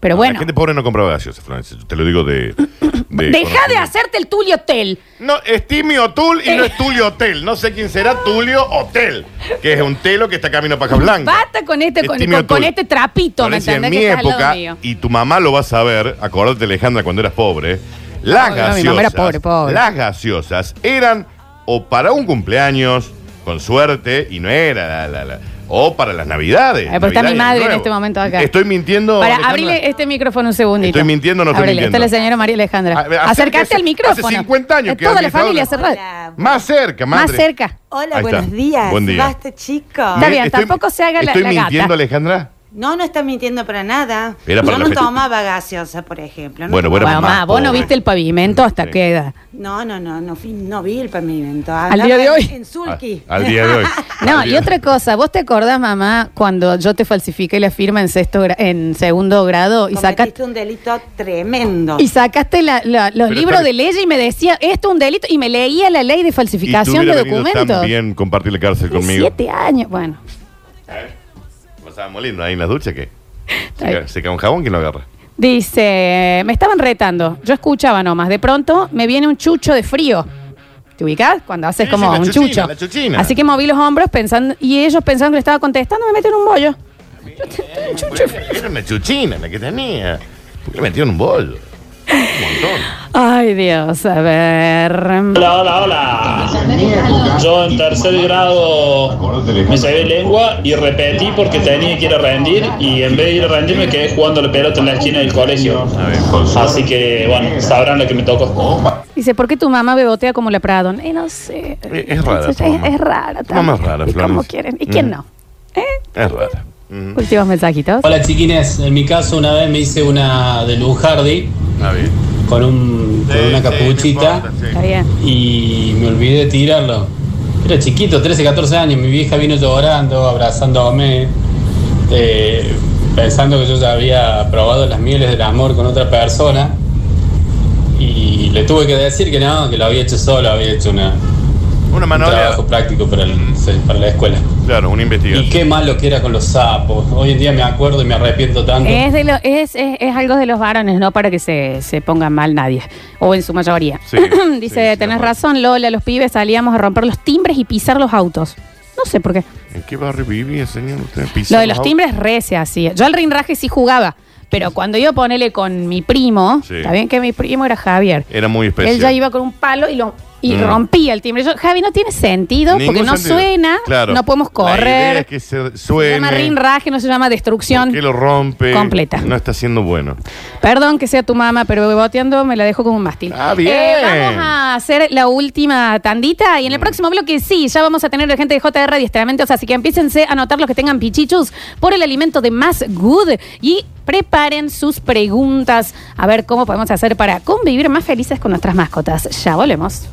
[SPEAKER 1] Pero bueno.
[SPEAKER 2] La gente pobre no compraba gaseosa, Florencia. Yo Te lo
[SPEAKER 1] *coughs*
[SPEAKER 2] digo de. de
[SPEAKER 1] Deja de hacerte el Tulio Hotel.
[SPEAKER 2] No, es Timmy O'Toole y no es Tulio Hotel. No sé quién será Tulio Hotel, que es un telo que está camino a Paja Blanca.
[SPEAKER 1] Basta con este,
[SPEAKER 2] Es
[SPEAKER 1] con,
[SPEAKER 2] Timmy
[SPEAKER 1] con- con
[SPEAKER 2] O'Toole.
[SPEAKER 1] este trapito, ¿me
[SPEAKER 2] Florencia,
[SPEAKER 1] entendés?
[SPEAKER 2] en mi
[SPEAKER 1] que estás al lado
[SPEAKER 2] época,
[SPEAKER 1] mío.
[SPEAKER 2] y tu mamá lo va a saber, acordate Alejandra cuando eras pobre, las
[SPEAKER 1] No, no,
[SPEAKER 2] gaseosas,
[SPEAKER 1] mi mamá era pobre, pobre.
[SPEAKER 2] las gaseosas eran o para un cumpleaños, con suerte, y no era la, la- la- o para las navidades.
[SPEAKER 1] Eh, pero está
[SPEAKER 2] Navidad
[SPEAKER 1] mi
[SPEAKER 2] y
[SPEAKER 1] madre en
[SPEAKER 2] Nuevo.
[SPEAKER 1] este momento acá.
[SPEAKER 2] Estoy mintiendo.
[SPEAKER 1] Para
[SPEAKER 2] Alejandra?
[SPEAKER 1] abrirle este micrófono un segundito.
[SPEAKER 2] Estoy mintiendo o no estoy
[SPEAKER 1] Ábrele,
[SPEAKER 2] mintiendo.
[SPEAKER 1] Está la señora María Alejandra.
[SPEAKER 2] A ver, acérquese.
[SPEAKER 1] Acercate al micrófono.
[SPEAKER 2] Hace 50 años
[SPEAKER 1] Eh,
[SPEAKER 2] que
[SPEAKER 1] Toda la
[SPEAKER 2] administradora.
[SPEAKER 1] familia cerrada.
[SPEAKER 2] Más cerca, madre.
[SPEAKER 1] Más cerca.
[SPEAKER 14] Hola,
[SPEAKER 2] Ahí
[SPEAKER 14] buenos
[SPEAKER 2] está.
[SPEAKER 14] días.
[SPEAKER 2] Buen día.
[SPEAKER 14] Basta, chicos.
[SPEAKER 1] Está bien, tampoco se haga la-
[SPEAKER 2] ¿Estoy
[SPEAKER 1] la gata.
[SPEAKER 2] mintiendo, Alejandra?
[SPEAKER 14] No, no está mintiendo para nada.
[SPEAKER 2] Era para
[SPEAKER 14] Yo
[SPEAKER 2] la
[SPEAKER 14] no
[SPEAKER 2] festi-
[SPEAKER 14] tomaba gaseosa, por ejemplo. No
[SPEAKER 2] Bueno, bueno,
[SPEAKER 14] tomaba-
[SPEAKER 1] Bueno,
[SPEAKER 2] más
[SPEAKER 1] ma, vos no
[SPEAKER 2] pobre.
[SPEAKER 1] viste el pavimento hasta qué edad.
[SPEAKER 14] No, no, no, no, fui- no vi el pavimento.
[SPEAKER 1] Al día de hoy.
[SPEAKER 14] En Zulki.
[SPEAKER 2] Ah, Al día de hoy.
[SPEAKER 1] *laughs* No,
[SPEAKER 2] Al
[SPEAKER 1] y
[SPEAKER 2] día-
[SPEAKER 1] otra cosa, ¿vos te acordás, mamá, cuando yo te falsifiqué la firma en sexto gra- en segundo grado y
[SPEAKER 2] ah.
[SPEAKER 14] Cometiste
[SPEAKER 1] sacaste
[SPEAKER 14] un delito tremendo.
[SPEAKER 1] y sacaste la- la- los
[SPEAKER 2] Pero
[SPEAKER 1] libros
[SPEAKER 2] está-
[SPEAKER 1] de ley y me decía, esto es un delito, y me leía la ley de
[SPEAKER 2] Y tú
[SPEAKER 1] falsificación de
[SPEAKER 2] hubieras venido
[SPEAKER 1] documentos.
[SPEAKER 2] tan bien compartir la cárcel conmigo.
[SPEAKER 1] Siete años, bueno.
[SPEAKER 2] Pasábamos lindo ahí en la ducha que
[SPEAKER 1] ahí.
[SPEAKER 2] se, se cae un jabón, ¿quién lo agarra?
[SPEAKER 1] Dice, me estaban retando. Yo escuchaba nomás. De pronto me viene un chucho de frío. ¿Te ubicás? Cuando haces
[SPEAKER 2] Sí,
[SPEAKER 1] como
[SPEAKER 2] sí, la
[SPEAKER 1] un
[SPEAKER 2] chuchina,
[SPEAKER 1] chucho.
[SPEAKER 2] la chuchina.
[SPEAKER 1] Así que moví los hombros pensando, y ellos pensando que le estaba contestando, me meten un bollo.
[SPEAKER 2] Era una chuchina la que tenía. Porque le metió en un bollo.
[SPEAKER 1] Ay, Dios, a ver.
[SPEAKER 11] Hola, hola, hola. Yo en tercer grado me saqué lengua y repetí porque tenía que ir a rendir y en vez de ir a rendir me quedé jugando la pelota en la esquina del colegio. Así que, bueno, sabrán lo que me tocó.
[SPEAKER 1] Dice, ¿por qué tu mamá bebotea como la Pradon? Eh, no sé.
[SPEAKER 2] Es, es rara.
[SPEAKER 1] Es,
[SPEAKER 2] tu mamá.
[SPEAKER 1] es rara.
[SPEAKER 2] Tu mamá
[SPEAKER 1] también.
[SPEAKER 2] es rara,
[SPEAKER 1] ¿Y cómo
[SPEAKER 2] Florencia.
[SPEAKER 1] quieren? ¿Y quién
[SPEAKER 2] Mm.
[SPEAKER 1] no? ¿Eh?
[SPEAKER 2] Es rara.
[SPEAKER 1] Últimos mensajitos.
[SPEAKER 15] Hola chiquines, en mi caso una vez me hice una de Lujardi con, un, con una capuchita
[SPEAKER 1] Está bien.
[SPEAKER 15] y me olvidé de tirarlo. Era chiquito, 13, 14 años, mi vieja vino llorando, abrazándome, eh, pensando que yo ya había probado las mieles del amor con otra persona y le tuve que decir que no, que lo había hecho solo, había hecho una,
[SPEAKER 2] una
[SPEAKER 15] un trabajo práctico para, el- para la escuela.
[SPEAKER 2] Claro, una investigación.
[SPEAKER 15] Y qué malo que era con los sapos. Hoy en día me acuerdo y me arrepiento tanto.
[SPEAKER 1] Es, de lo- es, es- es algo de los varones, no para que se, se pongan mal nadie, o en su mayoría. *clears throat* Dice, tenés razón, Lola, los pibes salíamos a romper los timbres y pisar los autos. No sé por qué.
[SPEAKER 2] ¿En qué barrio vivía, señor? ¿Usted pisa
[SPEAKER 1] Lo de los
[SPEAKER 2] autos?
[SPEAKER 1] timbres re se hacía. Yo al rinraje sí jugaba, pero cuando yo ponele con mi primo,
[SPEAKER 2] Sí.
[SPEAKER 1] está bien que mi primo era Javier.
[SPEAKER 2] Era muy especial.
[SPEAKER 1] Él ya iba con un palo y lo y
[SPEAKER 2] Mm.
[SPEAKER 1] rompía el timbre. Yo, Javi, no tiene sentido
[SPEAKER 2] Ningún
[SPEAKER 1] porque no
[SPEAKER 2] sentido.
[SPEAKER 1] suena,
[SPEAKER 2] Claro.
[SPEAKER 1] no podemos
[SPEAKER 2] La idea
[SPEAKER 1] correr.
[SPEAKER 2] es que se
[SPEAKER 1] Se llama
[SPEAKER 2] suene,
[SPEAKER 1] rinraje, no se llama destrucción.
[SPEAKER 2] que lo rompe.
[SPEAKER 1] Completa.
[SPEAKER 2] No está siendo bueno.
[SPEAKER 1] Perdón que sea tu mamá, pero beboteando me la dejo como un mástil.
[SPEAKER 2] Ah, bien.
[SPEAKER 1] Eh, vamos a hacer la última tandita
[SPEAKER 2] Mm.
[SPEAKER 1] y en el próximo bloque sí, ya vamos a tener gente de JR Diestramentos, así que empiécense a anotar los que tengan pichichus por el alimento de Más Good y preparen sus preguntas a ver cómo podemos hacer para convivir más felices con nuestras mascotas. Ya volvemos.